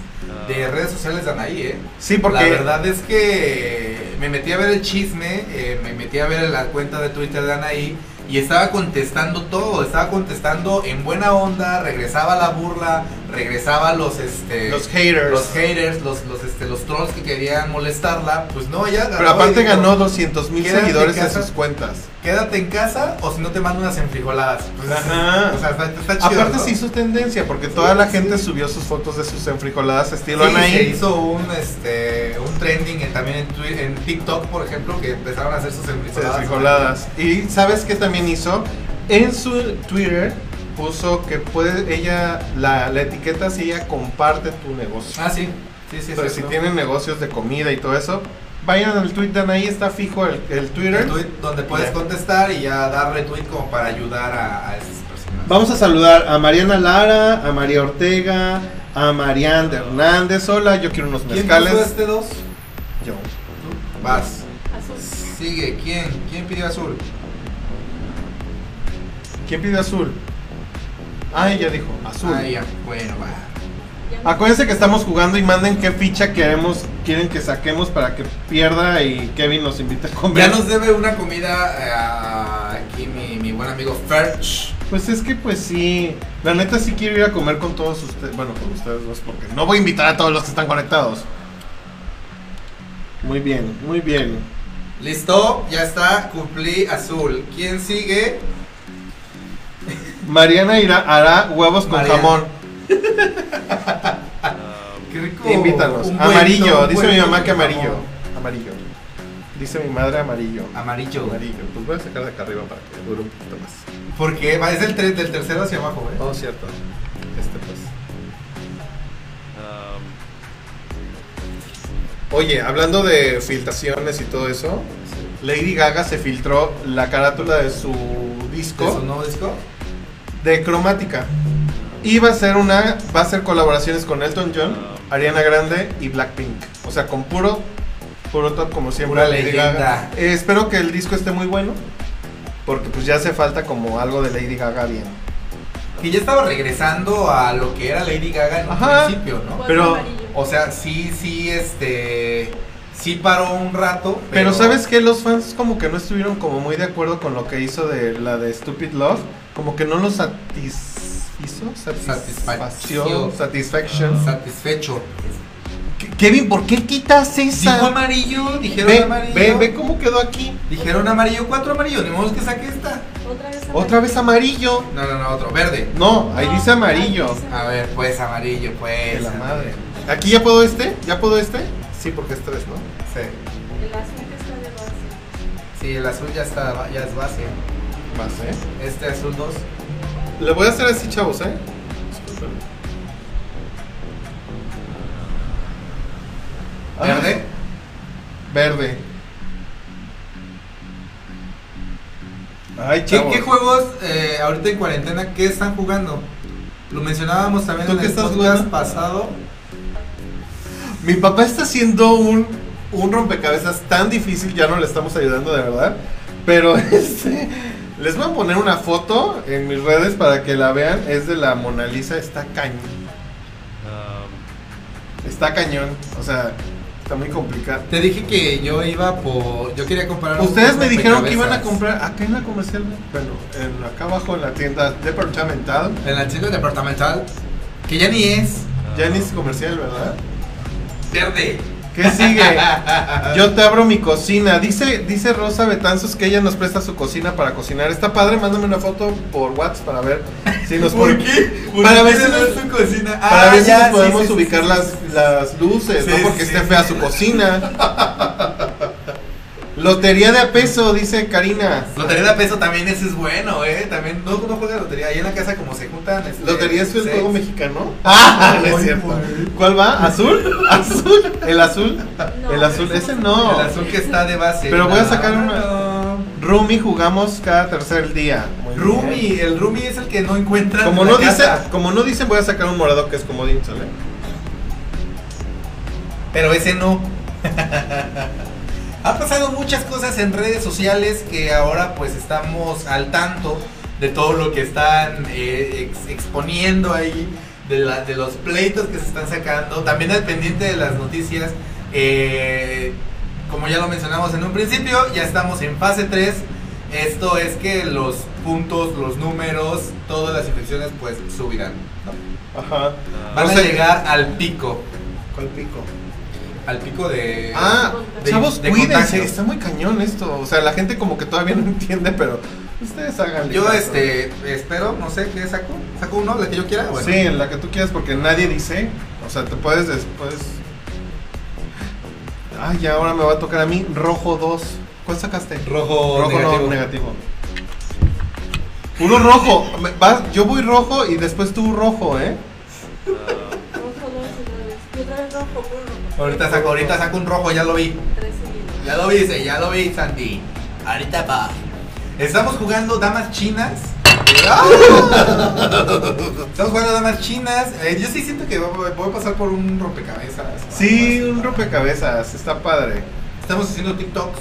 Speaker 2: de redes sociales de Anaí, ¿eh?
Speaker 1: Sí, porque
Speaker 2: La verdad es que me metí a ver el chisme, eh, me metí a ver la cuenta de Twitter de Anaí y estaba contestando todo, estaba contestando en buena onda, regresaba la burla, regresaba los este
Speaker 1: los haters.
Speaker 2: los haters, los los, este, los trolls que querían molestarla, pues no, ella
Speaker 1: pero aparte
Speaker 2: y dijo,
Speaker 1: ganó 200 mil
Speaker 2: "Quédate
Speaker 1: seguidores
Speaker 2: en
Speaker 1: en
Speaker 2: casa".
Speaker 1: sus cuentas.
Speaker 2: Quédate en casa o si no te mando unas enfrijoladas. Pues,
Speaker 1: Ajá.
Speaker 2: O sea, está, está chido.
Speaker 1: Aparte
Speaker 2: ¿no?
Speaker 1: se hizo tendencia porque toda la
Speaker 2: sí.
Speaker 1: gente subió sus fotos de sus enfrijoladas estilo
Speaker 2: Sí, se
Speaker 1: Anaí.
Speaker 2: hizo un este un trending en- también en, Twi- en TikTok, por ejemplo, que empezaron a hacer sus
Speaker 1: sus
Speaker 2: enfrijoladas.
Speaker 1: Pues, enfrijoladas. Y sabes qué también hizo? En su Twitter puso que puede ella la, la etiqueta si ella comparte tu negocio.
Speaker 2: Ah, sí. Sí, sí,
Speaker 1: Entonces,
Speaker 2: sí,
Speaker 1: si
Speaker 2: ¿no?
Speaker 1: tienen negocios de comida y todo eso, vayan al tweet de Anaí, está fijo el, el Twitter.
Speaker 2: El tweet donde puedes
Speaker 1: Ya.
Speaker 2: contestar y ya darle tweet como para ayudar a, a esas personas.
Speaker 1: Vamos a saludar a Mariana Lara, a María Ortega, a Mariana Hernández. Hola, yo quiero unos
Speaker 2: ¿Quién puso
Speaker 1: mezcales.
Speaker 2: este dos?
Speaker 1: Yo.
Speaker 2: Tú. Vas.
Speaker 3: Azul.
Speaker 2: Sigue. ¿Quién? ¿Quién pidió azul?
Speaker 1: ¿Quién pidió azul? Ah, ella dijo, azul.
Speaker 2: Ah, ya. Bueno, va.
Speaker 3: Ya no-
Speaker 1: Acuérdense que estamos jugando y manden qué ficha queremos, quieren que saquemos para que pierda y Kevin nos invite a comer.
Speaker 2: Ya nos debe una comida eh, aquí mi, mi buen amigo Ferch.
Speaker 1: Pues es que pues sí, la neta sí quiero ir a comer con todos ustedes, bueno, con ustedes dos, porque no voy a invitar a todos los que están conectados. Muy bien, muy bien.
Speaker 2: Listo, ya está, cumplí azul. ¿Quién sigue?
Speaker 1: Mariana irá, hará huevos con
Speaker 2: Mariana.
Speaker 1: jamón.
Speaker 2: Qué rico.
Speaker 1: Invítanos.
Speaker 2: Un buen-
Speaker 1: Amarillo,
Speaker 2: un
Speaker 1: dice
Speaker 2: buen-
Speaker 1: mi mamá que
Speaker 2: por
Speaker 1: amarillo.
Speaker 2: favor.
Speaker 1: Amarillo. Dice mi madre amarillo.
Speaker 2: Amarillo.
Speaker 1: Amarillo. Pues voy a sacar de acá arriba para que dure un poquito más.
Speaker 2: Porque va desde el tres- del tercero hacia abajo, güey.
Speaker 1: Oh, cierto. Este pues. Oye, hablando de filtraciones y todo eso, Lady Gaga se filtró la carátula de su disco
Speaker 2: ¿De su nuevo disco?
Speaker 1: de cromática. Y va a ser una, va a ser colaboraciones con Elton John, Ariana Grande y Blackpink. O sea, con puro, puro top como siempre.
Speaker 2: Pura
Speaker 1: Lady
Speaker 2: leyenda.
Speaker 1: Gaga. Eh, espero que el disco esté muy bueno, porque pues ya hace falta como algo de Lady Gaga bien.
Speaker 2: Que ya estaba regresando a lo que era Lady Gaga en un
Speaker 1: Ajá.
Speaker 2: principio, ¿no?
Speaker 3: Cuatro
Speaker 1: pero-
Speaker 3: amarillos.
Speaker 2: O sea, sí, sí, este. Sí paró un rato.
Speaker 1: Pero sabes que los fans como que no estuvieron como muy de acuerdo con lo que hizo de la de Stupid Love, como que no lo satisfizo, satisfacción,
Speaker 2: Satisfacción.
Speaker 1: satisfaction.
Speaker 2: Satisfecho.
Speaker 1: Ke- Kevin, ¿por qué quitas
Speaker 2: Dijo
Speaker 1: esa?
Speaker 2: amarillo, dijeron
Speaker 1: Ve,
Speaker 2: amarillo.
Speaker 1: ve, ve cómo quedó aquí.
Speaker 2: Dijeron amarillo, cuatro amarillos, ni modo que saque esta.
Speaker 3: Otra vez.
Speaker 1: Otra vez amarillo.
Speaker 2: No, no, no, otro, verde.
Speaker 1: No, ahí
Speaker 3: No,
Speaker 1: dice amarillo.
Speaker 3: ahí dice-
Speaker 2: A ver, pues amarillo, pues.
Speaker 1: De la madre. ¿Aquí ya puedo este? ¿Ya puedo este? Sí, porque este es, ¿no?
Speaker 2: Sí.
Speaker 3: El azul que está de base.
Speaker 2: Sí, el azul ya está, ya es base.
Speaker 1: Más, ¿eh?
Speaker 2: Este azul 2.
Speaker 1: Le voy a hacer así, chavos, ¿eh? Disculpen. Ah,
Speaker 2: Verde.
Speaker 1: Verde. Ay,
Speaker 2: ¿Qué,
Speaker 1: chavos.
Speaker 2: qué juegos eh, ahorita en cuarentena qué están jugando? Lo mencionábamos también
Speaker 1: ¿Tú
Speaker 2: en
Speaker 1: qué
Speaker 2: el
Speaker 1: estás
Speaker 2: podcast
Speaker 1: jugando?
Speaker 2: pasado.
Speaker 1: Mi papá está haciendo un, un rompecabezas tan difícil, ya no le estamos ayudando de verdad. Pero este, les voy a poner una foto en mis redes para que la vean. Es de la Mona Lisa, está cañón. Está cañón, o sea, está muy complicado.
Speaker 2: Te dije que yo iba por. Yo quería comprar. un
Speaker 1: Ustedes me dijeron que iban a
Speaker 2: rompecabezas.
Speaker 1: comprar acá en la comercial, bueno, en- acá abajo en la tienda departamental.
Speaker 2: En la chica departamental. Que ya ni es.
Speaker 1: Ya ni es comercial, ¿verdad?
Speaker 2: Verde.
Speaker 1: ¿Qué sigue? Yo te abro mi cocina. Dice, dice Rosa Betanzos que ella nos presta su cocina para cocinar. Está padre, mándame una foto por WhatsApp para ver si nos
Speaker 2: ¿Por
Speaker 1: pod-
Speaker 2: qué? ¿Por
Speaker 1: Para
Speaker 2: qué
Speaker 1: ver si
Speaker 2: no
Speaker 1: nos-
Speaker 2: es tu cocina.
Speaker 1: Para
Speaker 2: Ah,
Speaker 1: ver si
Speaker 2: ya,
Speaker 1: nos
Speaker 2: sí,
Speaker 1: podemos
Speaker 2: sí, sí,
Speaker 1: ubicar
Speaker 2: sí,
Speaker 1: las,
Speaker 2: sí, sí.
Speaker 1: las luces,
Speaker 2: Sí,
Speaker 1: no porque
Speaker 2: sí,
Speaker 1: esté
Speaker 2: sí.
Speaker 1: fea su cocina. Lotería de a peso, dice Karina.
Speaker 2: Lotería de a peso también ese es bueno, eh. También no, no juegas lotería. Ahí en la casa como se juntan. este,
Speaker 1: Lotería es el
Speaker 2: seis.
Speaker 1: juego mexicano. Ah, no es
Speaker 2: Ay,
Speaker 1: cierto.
Speaker 2: güey.
Speaker 1: ¿Cuál va? ¿Azul? ¿Azul? ¿El azul?
Speaker 3: No,
Speaker 1: Ah, el azul,
Speaker 3: pero
Speaker 1: ese
Speaker 3: somos-
Speaker 1: no.
Speaker 2: El azul que está de base.
Speaker 1: Pero voy a sacar
Speaker 2: No,
Speaker 1: una-
Speaker 2: no.
Speaker 1: Rumi jugamos cada tercer día. Muy bien.
Speaker 2: Rumi, el Rumi es el que no encuentra.
Speaker 1: Como
Speaker 2: en
Speaker 1: no,
Speaker 2: la
Speaker 1: dice,
Speaker 2: casa.
Speaker 1: como no dicen, voy a sacar un morado que es como ¿sale?
Speaker 2: Pero ese no. ha pasado muchas cosas en redes sociales que ahora pues estamos al tanto de todo lo que están eh, ex- exponiendo ahí, de, la- de los pleitos que se están sacando, también al pendiente de las noticias. eh, como ya lo mencionamos en un principio, ya estamos en fase 3. Esto es que los puntos, los números, todas las infecciones pues subirán. ¿no?
Speaker 1: Ajá.
Speaker 2: Van
Speaker 1: No
Speaker 2: a
Speaker 1: sé-
Speaker 2: llegar al pico,
Speaker 1: ¿Cuál pico?
Speaker 2: al pico de...
Speaker 1: Ah,
Speaker 2: de-
Speaker 1: chavos,
Speaker 2: de
Speaker 1: cuídense.
Speaker 2: contagio.
Speaker 1: Está muy cañón esto. O sea, la gente como que todavía no entiende, pero ustedes háganle.
Speaker 2: Yo
Speaker 1: caso.
Speaker 2: este espero, no sé qué saco. Saco uno, la que yo quiera. Bueno.
Speaker 1: Sí, en la que tú quieras, porque nadie dice. O sea, te puedes después. Ay, ya ahora me va a tocar a mí rojo 2. ¿Cuál sacaste?
Speaker 2: Rojo,
Speaker 1: rojo
Speaker 2: negativo.
Speaker 1: no, negativo. Uno rojo. Me- vas- yo voy rojo y después tú rojo, ¿eh?
Speaker 3: Rojo dos y otra vez. Y otra vez rojo uno.
Speaker 2: Ahorita saco, ahorita saco un rojo, ya lo vi.
Speaker 3: Tres seguidos.
Speaker 2: Ya lo vi, sí, ya lo vi, Santi. Ahorita va. Estamos jugando damas chinas. Estamos jugando damas chinas. Eh, yo sí siento que voy voy a pasar por un rompecabezas.
Speaker 1: Sí, un rompecabezas. Está padre.
Speaker 2: Estamos haciendo TikToks.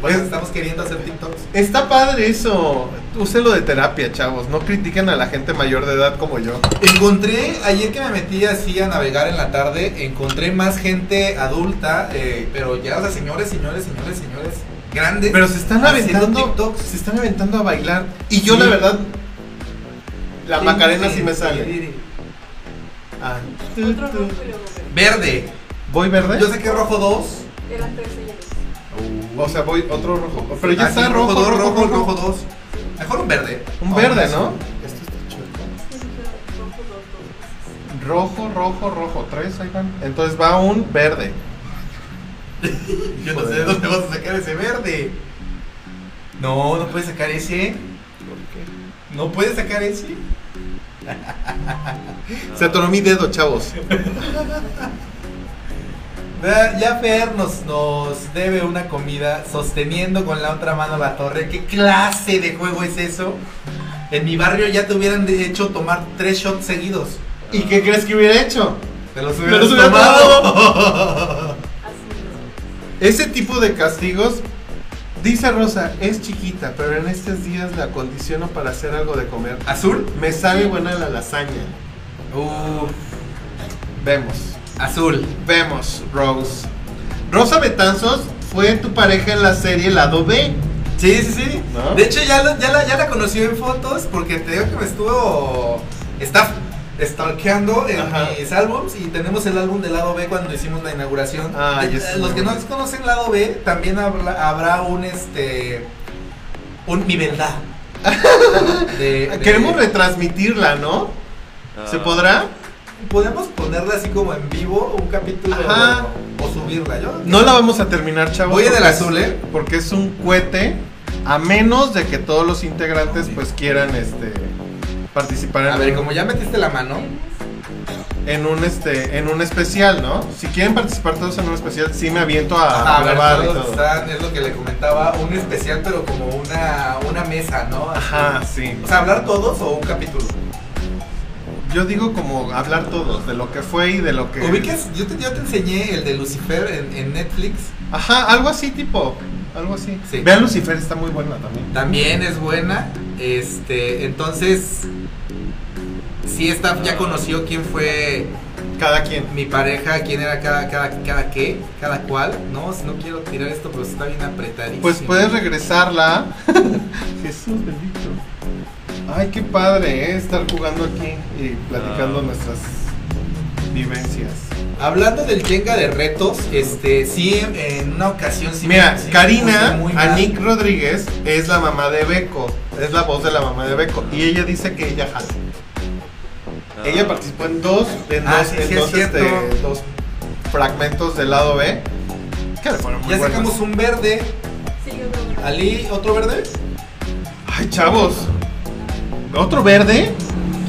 Speaker 2: Bueno,
Speaker 1: Es-
Speaker 2: estamos queriendo hacer TikToks.
Speaker 1: Está padre eso. Úselo de terapia, chavos. No critiquen a la gente mayor de edad como yo.
Speaker 2: Encontré, ayer que me metí así a navegar en la tarde, encontré más gente adulta, eh, pero ya, o sea, señores, señores, señores, señores, grandes.
Speaker 1: Pero se están
Speaker 2: haciendo
Speaker 1: aventando.
Speaker 2: TikToks.
Speaker 1: Se están aventando a bailar. Y yo,
Speaker 2: Sí.
Speaker 1: la verdad. La Macarena sí me
Speaker 2: Sí,
Speaker 1: sale.
Speaker 2: sí, sí.
Speaker 1: Ah.
Speaker 3: Otro rojo y luego verde.
Speaker 2: Verde.
Speaker 1: ¿Voy verde? Uh.
Speaker 2: Yo sé que rojo 2.
Speaker 3: Eran tres seguidos.
Speaker 1: O sea, voy otro rojo. Pero ya
Speaker 2: Ah, sí,
Speaker 1: está rojo,
Speaker 2: dos,
Speaker 1: rojo, rojo,
Speaker 2: rojo 2. Mejor un verde.
Speaker 1: Un
Speaker 2: O
Speaker 1: verde,
Speaker 2: azul.
Speaker 1: ¿no? Esto está chulo.
Speaker 3: Es que dijeron rojo dos, dos veces.
Speaker 1: Rojo, rojo, rojo. Tres, ahí van. Entonces va un verde.
Speaker 2: Yo no sé de dónde vas a sacar ese verde. No, no puedes sacar ese. No puedes sacar ese.
Speaker 1: Se atoró mi dedo, chavos.
Speaker 2: Ya ya Fer nos, nos debe una comida sosteniendo con la otra mano la torre. ¿Qué clase de juego es eso? En mi barrio ya te hubieran de hecho tomar tres shots seguidos.
Speaker 1: ¿Y qué crees que hubiera hecho?
Speaker 2: Te los
Speaker 1: Me
Speaker 2: hubieran
Speaker 1: los hubiera
Speaker 2: tomado.
Speaker 3: Así
Speaker 1: Ese tipo de castigos, dice Rosa, es chiquita, pero en estos días la condiciono para hacer algo de comer.
Speaker 2: ¿Azul?
Speaker 1: Me sale buena la lasaña.
Speaker 2: Uh,
Speaker 1: Vemos,
Speaker 2: azul.
Speaker 1: vemos, Rose. Rosa Betanzos fue tu pareja en la serie Lado B.
Speaker 2: Sí, sí, sí.
Speaker 1: ¿No?
Speaker 2: De hecho, ya, la- ya, la, ya la conocí en fotos porque te digo que me estuvo. Está stalkeando en
Speaker 1: Ajá.
Speaker 2: mis álbums y tenemos el álbum de lado B cuando hicimos la inauguración.
Speaker 1: Ah,
Speaker 2: De-
Speaker 1: ya sé.
Speaker 2: Los que no conocen lado B, también habla- habrá un este. Un mi verdad. De- de-
Speaker 1: Queremos retransmitirla, ¿no?
Speaker 2: Ah.
Speaker 1: ¿Se podrá?
Speaker 2: Podemos ponerla así como en vivo, un capítulo
Speaker 1: Ajá.
Speaker 2: o, o subirla. Yo
Speaker 1: No la vamos a terminar, chavos.
Speaker 2: Voy en el
Speaker 1: porque es-
Speaker 2: azul, ¿eh?
Speaker 1: Porque es un cohete, a menos de que todos los integrantes pues quieran este participar en,
Speaker 2: A ver,
Speaker 1: un-
Speaker 2: como ya metiste la mano.
Speaker 1: en un este en un especial, ¿no? Si quieren participar todos en un especial, sí me aviento a,
Speaker 2: Ajá,
Speaker 1: a grabar y
Speaker 2: todos
Speaker 1: todo.
Speaker 2: están, es lo que le comentaba, un especial pero como una, una mesa, ¿no? Así.
Speaker 1: Ajá, sí.
Speaker 2: O sea, hablar todos o un capítulo.
Speaker 1: Yo digo como hablar todos de lo que fue y de lo que
Speaker 2: ¿Ubicas? Yo te, yo te enseñé el de Lucifer en, en Netflix.
Speaker 1: Ajá, algo así tipo, algo así.
Speaker 2: Sí.
Speaker 1: Vean Lucifer, está muy buena también.
Speaker 2: También es buena. Este, entonces, sí, esta ya conoció quién fue
Speaker 1: Cada quien.
Speaker 2: mi pareja, quién era cada, cada, cada qué, cada cual. No, no quiero tirar esto, pero está bien apretadísimo.
Speaker 1: Pues puedes regresarla. Jesús bendito. Ay, qué padre, ¿eh? Estar jugando aquí y platicando
Speaker 4: Ah.
Speaker 1: nuestras vivencias.
Speaker 2: Hablando del Jenga de retos, este, sí, en una ocasión sí.
Speaker 1: Mira,
Speaker 2: sí me puse
Speaker 1: Karina,
Speaker 2: muy mal.
Speaker 1: Anik Rodríguez, es la mamá de Beco. Es la voz de la mamá de Beco. Y ella dice que ella jala. Ella participó en dos, en
Speaker 2: Ah,
Speaker 1: dos,
Speaker 2: sí,
Speaker 1: en
Speaker 2: sí, es
Speaker 1: dos,
Speaker 2: cierto.
Speaker 1: este, dos fragmentos del lado B. Que fueron muy
Speaker 2: Ya
Speaker 1: buenos.
Speaker 2: sacamos un verde.
Speaker 3: Sí, yo creo que-
Speaker 2: Ali, ¿otro verde?
Speaker 1: Ay, chavos. ¿Otro verde?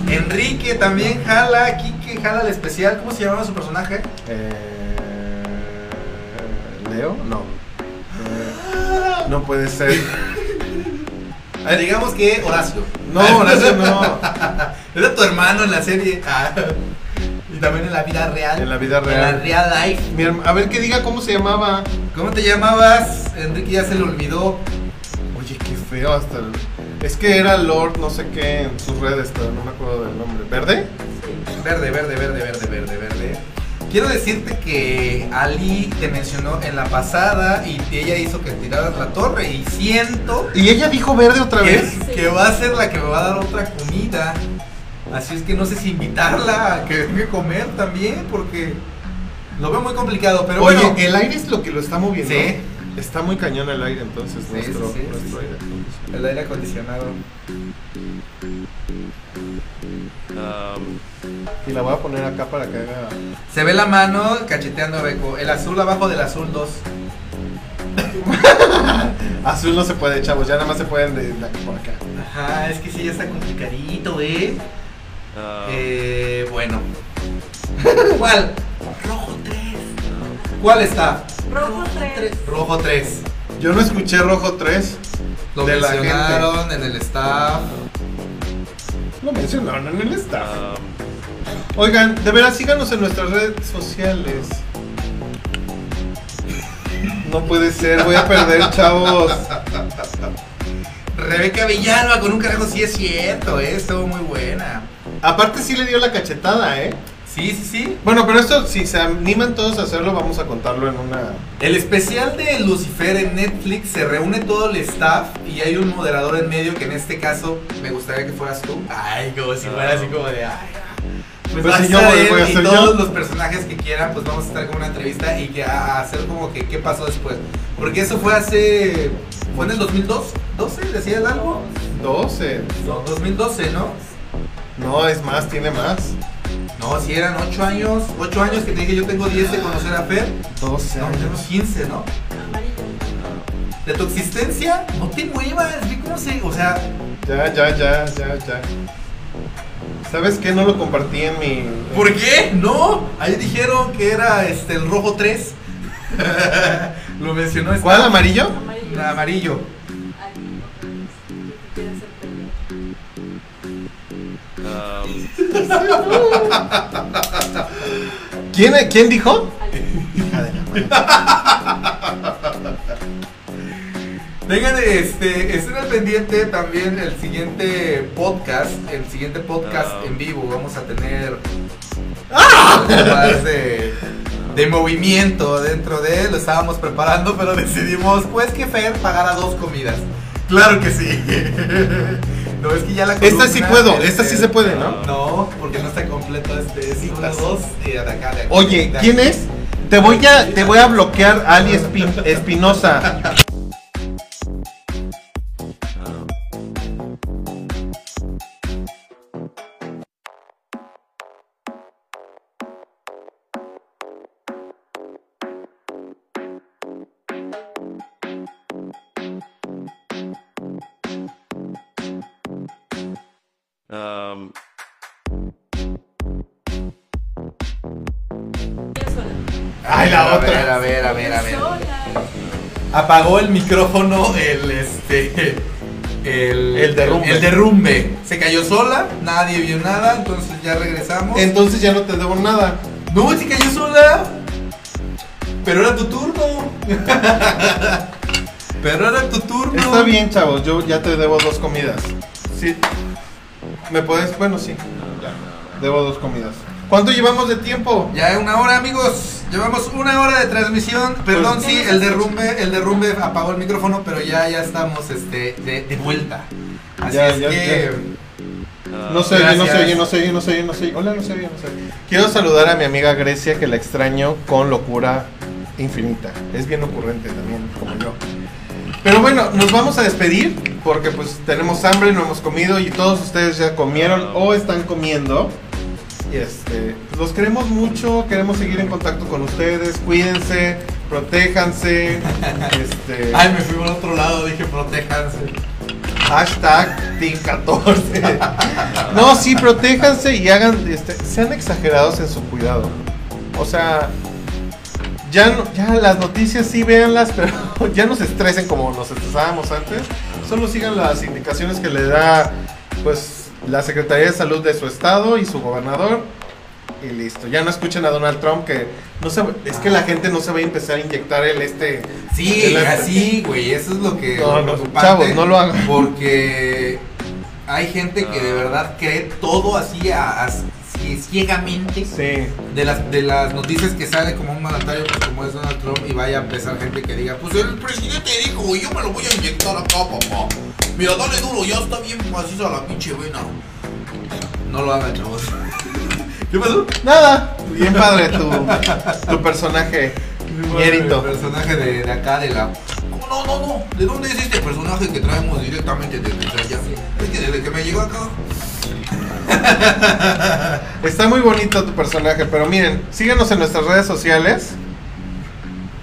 Speaker 2: Enrique también jala, Kike jala el especial. ¿Cómo se llamaba su personaje?
Speaker 1: Eh, ¿Leo? No. Eh, no puede ser.
Speaker 2: Ah, digamos que Horacio.
Speaker 1: No, Horacio, no.
Speaker 2: Era tu hermano en la serie. Ah, y también en la vida real.
Speaker 1: En la vida
Speaker 2: En la
Speaker 1: real.
Speaker 2: real life.
Speaker 1: Mi herma- a ver que diga cómo se llamaba.
Speaker 2: ¿Cómo te llamabas? Enrique ya se le olvidó.
Speaker 1: Oye, qué feo hasta el- Es que era Lord no sé qué en sus redes, pero no me acuerdo del nombre. ¿Verde?
Speaker 2: Verde, verde, verde, verde, verde, verde. Quiero decirte que Ali te mencionó en la pasada y ella hizo que tiraras la torre y siento
Speaker 1: ¿Y ella dijo verde otra
Speaker 2: que,
Speaker 1: vez?
Speaker 2: que va a ser la que me va a dar otra comida. Así es que no sé si invitarla a que venga a comer también porque lo veo muy complicado, pero
Speaker 1: Oye,
Speaker 2: bueno.
Speaker 1: el aire es lo que lo está moviendo.
Speaker 2: Sí.
Speaker 1: Está muy cañón el aire, entonces,
Speaker 2: Sí,
Speaker 1: nuestro,
Speaker 2: sí, sí,
Speaker 1: nuestro
Speaker 2: sí.
Speaker 1: aire.
Speaker 2: El aire acondicionado.
Speaker 4: Um,
Speaker 1: Eh, Y la voy a poner acá para que haga.
Speaker 2: Se ve la mano cacheteando a Beco. El azul abajo del azul 2.
Speaker 1: Azul no se puede, chavos, ya nada más se pueden de, de aquí por acá.
Speaker 2: Ajá, es que sí, ya está complicadito, eh.
Speaker 4: um,
Speaker 2: Eh, bueno. ¿Cuál? Rojo 3. ¿Cuál está?
Speaker 3: Rojo 3.
Speaker 2: Rojo 3.
Speaker 1: Yo no escuché rojo 3.
Speaker 2: Lo
Speaker 1: De la
Speaker 2: mencionaron en el staff.
Speaker 1: Lo mencionaron en el staff.
Speaker 4: um,
Speaker 1: Oigan, de veras síganos en nuestras redes sociales. No puede ser, voy a perder, chavos.
Speaker 2: Rebeca Villalba con un carajo sí es cierto, eh. Estuvo muy buena.
Speaker 1: Aparte sí le dio la cachetada, ¿eh?
Speaker 2: Sí, sí, sí.
Speaker 1: Bueno, pero esto si se animan todos a hacerlo, vamos a contarlo en una...
Speaker 2: El especial de Lucifer en Netflix se reúne todo el staff y hay un moderador en medio que en este caso me gustaría que fueras tú. Ay, como si fuera así como de ay. Pues,
Speaker 1: Pues
Speaker 2: vas
Speaker 1: si yo
Speaker 2: a
Speaker 1: voy,
Speaker 2: ver,
Speaker 1: voy a
Speaker 2: y
Speaker 1: ser yo.
Speaker 2: todos los personajes que quieran, pues vamos a estar con una entrevista y que a a hacer como que qué pasó después. Porque eso fue hace fue en el 2002, 12, decía el algo.
Speaker 1: 12.
Speaker 2: No, 2012, ¿no?
Speaker 1: No, es más, tiene más.
Speaker 2: No, si eran 8 años, 8 años que te dije, yo tengo 10 de conocer a Fer.
Speaker 1: 12
Speaker 2: No, tenemos 15, ¿no?
Speaker 3: Amarillo.
Speaker 2: De tu existencia, no te muevas, ve cómo se, o sea,
Speaker 1: Ya, ya, ya, ya, ya. ¿Sabes qué? No lo compartí en mi...
Speaker 2: ¿Por qué? No, ahí dijeron que era este el rojo 3. Lo mencionó esta-
Speaker 1: ¿Cuál? ¿Amarillo?
Speaker 3: Amarillo.
Speaker 2: El amarillo.
Speaker 3: Ahí, otra vez. Yo te quiero hacer perder.
Speaker 1: Eh,
Speaker 4: um,
Speaker 1: ¿Quién, ¿quién dijo?
Speaker 3: Ahí.
Speaker 2: Vengan, este, estén al pendiente también el siguiente podcast, el siguiente podcast
Speaker 4: Ah.
Speaker 1: ¡Ah!
Speaker 2: en vivo vamos a tener más de de movimiento dentro de él, lo estábamos preparando, pero decidimos pues que Fer pagara dos comidas. Claro que sí. No, es que ya la
Speaker 1: Esta sí
Speaker 2: columna,
Speaker 1: puedo,
Speaker 2: este,
Speaker 1: esta sí se puede, ¿no?
Speaker 2: No, porque no está completo este, es uno, dos y de acá, de aquí,
Speaker 1: Oye,
Speaker 2: de
Speaker 1: ¿quién
Speaker 2: aquí.
Speaker 1: es? Te voy a, te voy a bloquear Ali Espin- Espinosa.
Speaker 4: um, um,
Speaker 3: Yo sola.
Speaker 1: Ay, la
Speaker 2: A ver,
Speaker 1: otra.
Speaker 2: A ver, a ver, a ver.
Speaker 3: Yo sola.
Speaker 2: Apagó el micrófono el este el,
Speaker 1: El derrumbe.
Speaker 2: el derrumbe. Se cayó sola, nadie vio nada, entonces ya regresamos.
Speaker 1: Entonces ya no te debo nada.
Speaker 2: No, se cayó sola. Pero era tu turno. Pero era tu turno.
Speaker 1: Está bien, chavos, yo ya te debo dos comidas. Sí. ¿Me puedes? Bueno, sí. Debo dos comidas. ¿Cuánto llevamos de tiempo?
Speaker 2: Ya una hora, amigos. Llevamos una hora de transmisión. Perdón,
Speaker 1: Pues,
Speaker 2: sí, el derrumbe, el derrumbe apagó el micrófono, pero ya, ya estamos este, de, de vuelta. Así
Speaker 1: Ya,
Speaker 2: es
Speaker 1: ya,
Speaker 2: que.
Speaker 4: uh,
Speaker 1: No se oye, no se
Speaker 2: Gracias.
Speaker 1: oye, no se oye, no se oye, no se oye. Hola, no se oye, no se oye. Quiero saludar a mi amiga Grecia, que la extraño con locura infinita. Es bien ocurrente también, como yo. Pero bueno, nos vamos a despedir porque pues tenemos hambre, no hemos comido y todos ustedes ya comieron o están comiendo. Y este, pues, los queremos mucho, queremos seguir en contacto con ustedes. Cuídense, protéjanse. Este,
Speaker 2: Ay, me fui por otro lado, dije protéjanse.
Speaker 1: Hashtag Team 14. No, sí, protéjanse y hagan, este, sean exagerados en su cuidado. O sea, ya, no- ya las noticias sí véanlas, pero ya no se estresen como nos estresábamos antes. Solo sigan las indicaciones que le da, pues, la Secretaría de Salud de su estado y su gobernador. Y listo, ya no escuchen a Donald Trump que no se, es que la gente no se va a empezar a inyectar el este
Speaker 2: Sí,
Speaker 1: El-
Speaker 2: así, güey, eso es lo que.
Speaker 1: No,
Speaker 2: lo
Speaker 1: no,
Speaker 2: preocupante,
Speaker 1: chavos, no lo hagan.
Speaker 2: Porque hay gente que de
Speaker 4: Ah.
Speaker 2: verdad cree todo así, a- a- así ciegamente.
Speaker 1: Sí.
Speaker 2: De las, de las noticias que sale como un mandatario pues, como es Donald Trump y vaya a empezar gente que diga, pues el presidente dijo, yo me lo voy a inyectar acá, papá. Mira, dale duro, ya está bien macizo la pinche vena. No lo hagan, chavos. ¿Qué pasó?
Speaker 1: Nada, bien padre tu, tu personaje. Ñerito.
Speaker 2: El personaje de, de acá, de la. No, no, no. ¿De dónde es este personaje que traemos directamente desde allá? Es que desde que me llegó acá.
Speaker 1: Está muy bonito tu personaje, pero miren, síguenos en nuestras redes sociales,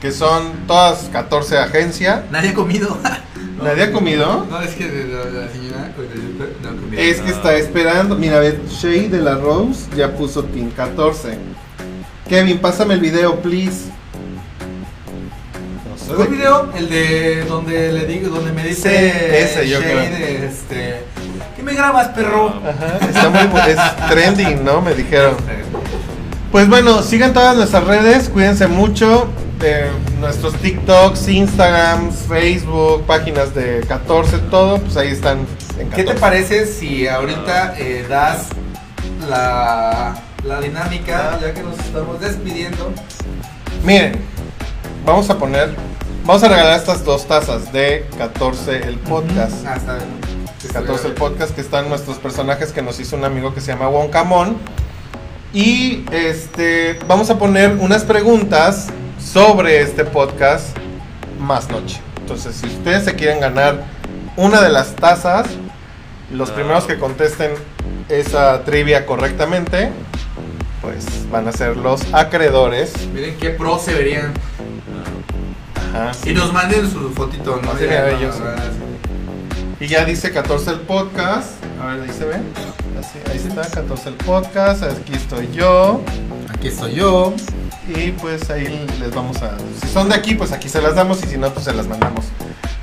Speaker 1: que son todas 14 agencia.
Speaker 2: Nadie ha comido.
Speaker 1: Nadie ha comido.
Speaker 2: No, es que la, la señora. pues, No ha comido.
Speaker 1: Es que está esperando. Mira, ve, Shay de la Rose ya puso pin 14. Kevin, pásame el video, please. No sé
Speaker 2: ¿Algún
Speaker 1: de-
Speaker 2: video? El de donde le digo, donde me dice
Speaker 1: Sí, ese yo
Speaker 2: Shay
Speaker 1: creo.
Speaker 2: de, este. ¿Qué me grabas, perro?
Speaker 1: Ajá, está muy bu- es trending, ¿no? Me dijeron. Pues bueno, sigan todas nuestras redes, cuídense mucho. eh, nuestros TikToks, Instagrams, Facebook, páginas de 14, todo, pues ahí están en 14.
Speaker 2: ¿Qué te parece si ahorita eh, das la, la dinámica, ya que nos estamos despidiendo?
Speaker 1: Miren, vamos a poner, vamos a regalar estas dos tazas de 14 el podcast.
Speaker 2: Ah, está bien.
Speaker 1: de 14 el podcast que están nuestros personajes que nos hizo un amigo que se llama Won Camón. Y este, vamos a poner unas preguntas sobre este podcast más noche. Entonces, si ustedes se quieren ganar una de las tazas, los
Speaker 4: Ah.
Speaker 1: primeros que contesten esa trivia correctamente, pues van a ser los acreedores.
Speaker 2: Miren qué pro se verían.
Speaker 1: Ajá.
Speaker 2: Y nos manden su fotito, ¿no?
Speaker 1: Ah, sí, mira, ellos. Y ya dice 14 el podcast. A ver, ahí se ve. Así, ahí está, 14 el podcast. Aquí estoy yo.
Speaker 2: Aquí estoy yo.
Speaker 1: Y pues ahí les vamos a. Si son de aquí, pues aquí se las damos y si no, pues se las mandamos.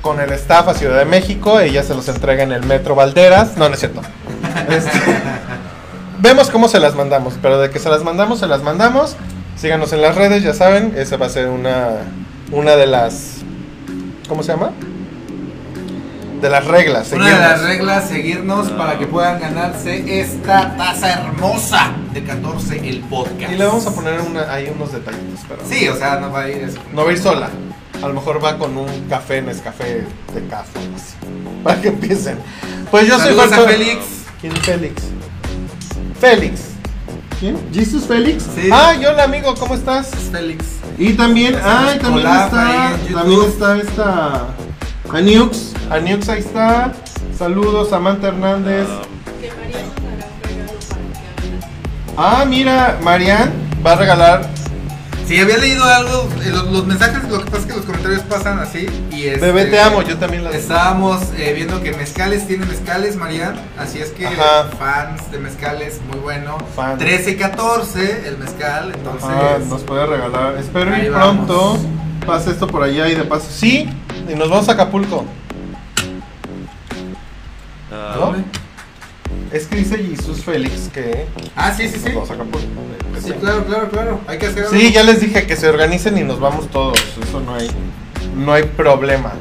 Speaker 1: Con el staff a Ciudad de México, ella se los entrega en el Metro Valderas. No, no es cierto. Este, vemos cómo se las mandamos, pero de que se las mandamos, se las mandamos. Síganos en las redes, ya saben, esa va a ser una, una de las. ¿Cómo se llama? de las reglas.
Speaker 2: Una de
Speaker 1: seguirnos.
Speaker 2: las reglas, seguirnos para que puedan ganarse esta taza hermosa de 14, el podcast.
Speaker 1: Y le vamos a poner una- ahí unos detallitos. Pero
Speaker 2: Sí, o sea, no va a ir eso.
Speaker 1: No va a ir sola. A lo mejor va con un café, Nescafé de café. así, Para que empiecen. Pues yo soy
Speaker 2: Saludos a
Speaker 1: Juan-
Speaker 2: Félix.
Speaker 1: ¿Quién es Félix? Félix. ¿Quién? ¿Jesus Félix?
Speaker 2: Sí.
Speaker 1: Ah, y hola amigo, ¿cómo estás?
Speaker 2: Félix.
Speaker 5: Y también, ay, también
Speaker 2: Hola, ahí
Speaker 5: está,
Speaker 2: en YouTube.
Speaker 5: también está esta Aniux.
Speaker 1: Aniux ahí está. Saludos, Samantha Hernández.
Speaker 3: Que María nos dará un regalo para que hagas.
Speaker 1: Ah, mira, Marian va a regalar.
Speaker 2: Si había leído algo, eh, los, los mensajes, lo que pasa es que los comentarios pasan así. Y este,
Speaker 1: Bebé, te amo, yo también la.
Speaker 2: Estábamos eh, viendo que Mezcales tiene Mezcales, María. Así es que
Speaker 1: Ajá.
Speaker 2: fans de Mezcales, muy bueno.
Speaker 1: Fan.
Speaker 2: 13 y 14, el Mezcal. Entonces,
Speaker 1: Ajá, Ah, nos puede regalar. Espero
Speaker 2: Ahí
Speaker 1: ir
Speaker 2: vamos.
Speaker 1: pronto. Pase esto por allá y de paso. Sí, y nos vamos a Acapulco.
Speaker 4: um,
Speaker 1: ¿No? Es que dice Jesús Félix que
Speaker 2: Ah, sí, sí, sí.
Speaker 1: nos vamos a Acapulco.
Speaker 2: Sí, pues, claro, claro, claro. Hay que hacer
Speaker 1: Sí, ya les dije que se organicen y nos vamos todos. Eso no hay, no hay problema.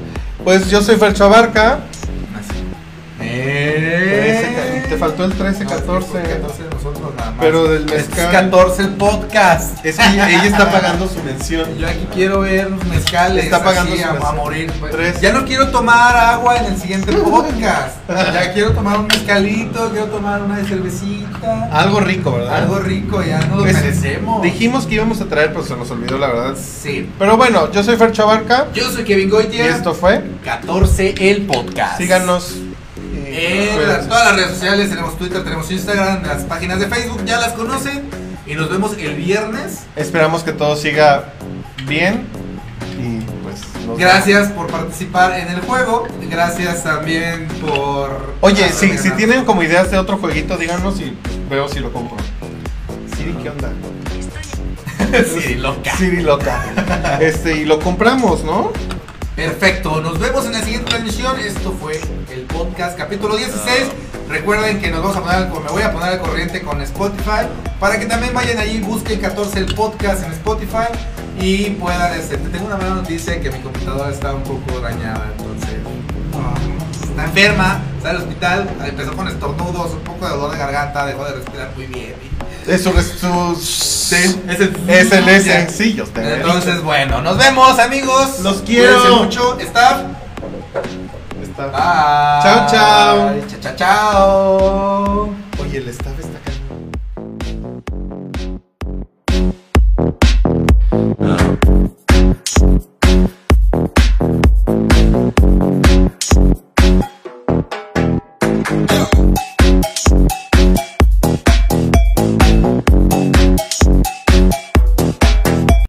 Speaker 1: Pues yo soy Fercho Abarca.
Speaker 2: Ah, Eh.
Speaker 1: Te faltó el 13, 14.
Speaker 2: 14 nosotros nada más.
Speaker 1: Pero del
Speaker 2: Es
Speaker 1: mezcal.
Speaker 2: 14 el podcast.
Speaker 1: Es que ella está pagando su mención.
Speaker 2: Yo aquí quiero ver mezcales.
Speaker 1: Está pagando
Speaker 2: así,
Speaker 1: su
Speaker 2: a,
Speaker 1: mezcal.
Speaker 2: a morir. pues.
Speaker 1: Tres.
Speaker 2: Ya no quiero tomar agua en el siguiente podcast. ya quiero tomar un mezcalito, quiero tomar una de cervecita.
Speaker 1: Algo rico, ¿verdad?
Speaker 2: Algo rico, ya no lo
Speaker 1: Pues,
Speaker 2: merecemos.
Speaker 1: Ah, Dijimos que íbamos a traer, pero se nos olvidó, la verdad.
Speaker 2: Sí.
Speaker 1: Pero bueno, yo soy Fercho Abarca.
Speaker 2: Yo soy Kevin
Speaker 1: Y
Speaker 2: Goitia.
Speaker 1: esto fue.
Speaker 2: 14 el podcast.
Speaker 1: Síganos. Pues. y
Speaker 2: En
Speaker 1: cuídense.
Speaker 2: las- todas las redes sociales, tenemos Twitter, tenemos Instagram, las páginas de Facebook, ya las conocen. Y nos vemos el viernes.
Speaker 1: Esperamos que todo siga bien. Y pues. nos vemos.
Speaker 2: Gracias por participar en el juego. Gracias también por.
Speaker 1: Oye,
Speaker 2: Ah,
Speaker 1: si, si
Speaker 2: ganar.
Speaker 1: tienen como ideas de otro jueguito, díganos y veo si lo compro. Siri, ¿qué onda?
Speaker 2: Sí, loca.
Speaker 1: Siri loca. Este, y lo compramos, ¿no?
Speaker 2: Perfecto, nos vemos en la siguiente transmisión. Esto fue el podcast capítulo 16. Recuerden que nos vamos a poner, al- me voy a poner al corriente con Spotify para que también vayan allí, busquen 14 el podcast en Spotify y puedan. Este, te tengo una mala noticia que mi computadora está un poco dañada, entonces ah, está enferma, está en el hospital, empezó con estornudos, un poco de dolor de garganta, dejó de respirar muy bien.
Speaker 1: Eso es su.
Speaker 2: Es el,
Speaker 1: Es el S. Sí, yo te
Speaker 2: Entonces, bueno, nos vemos, amigos.
Speaker 1: Los quiero.
Speaker 2: Cuídense mucho. Staff.
Speaker 1: Está-
Speaker 2: Bye.
Speaker 1: Chao, chao.
Speaker 2: Chao, chao, chao.
Speaker 1: Oye, el staff está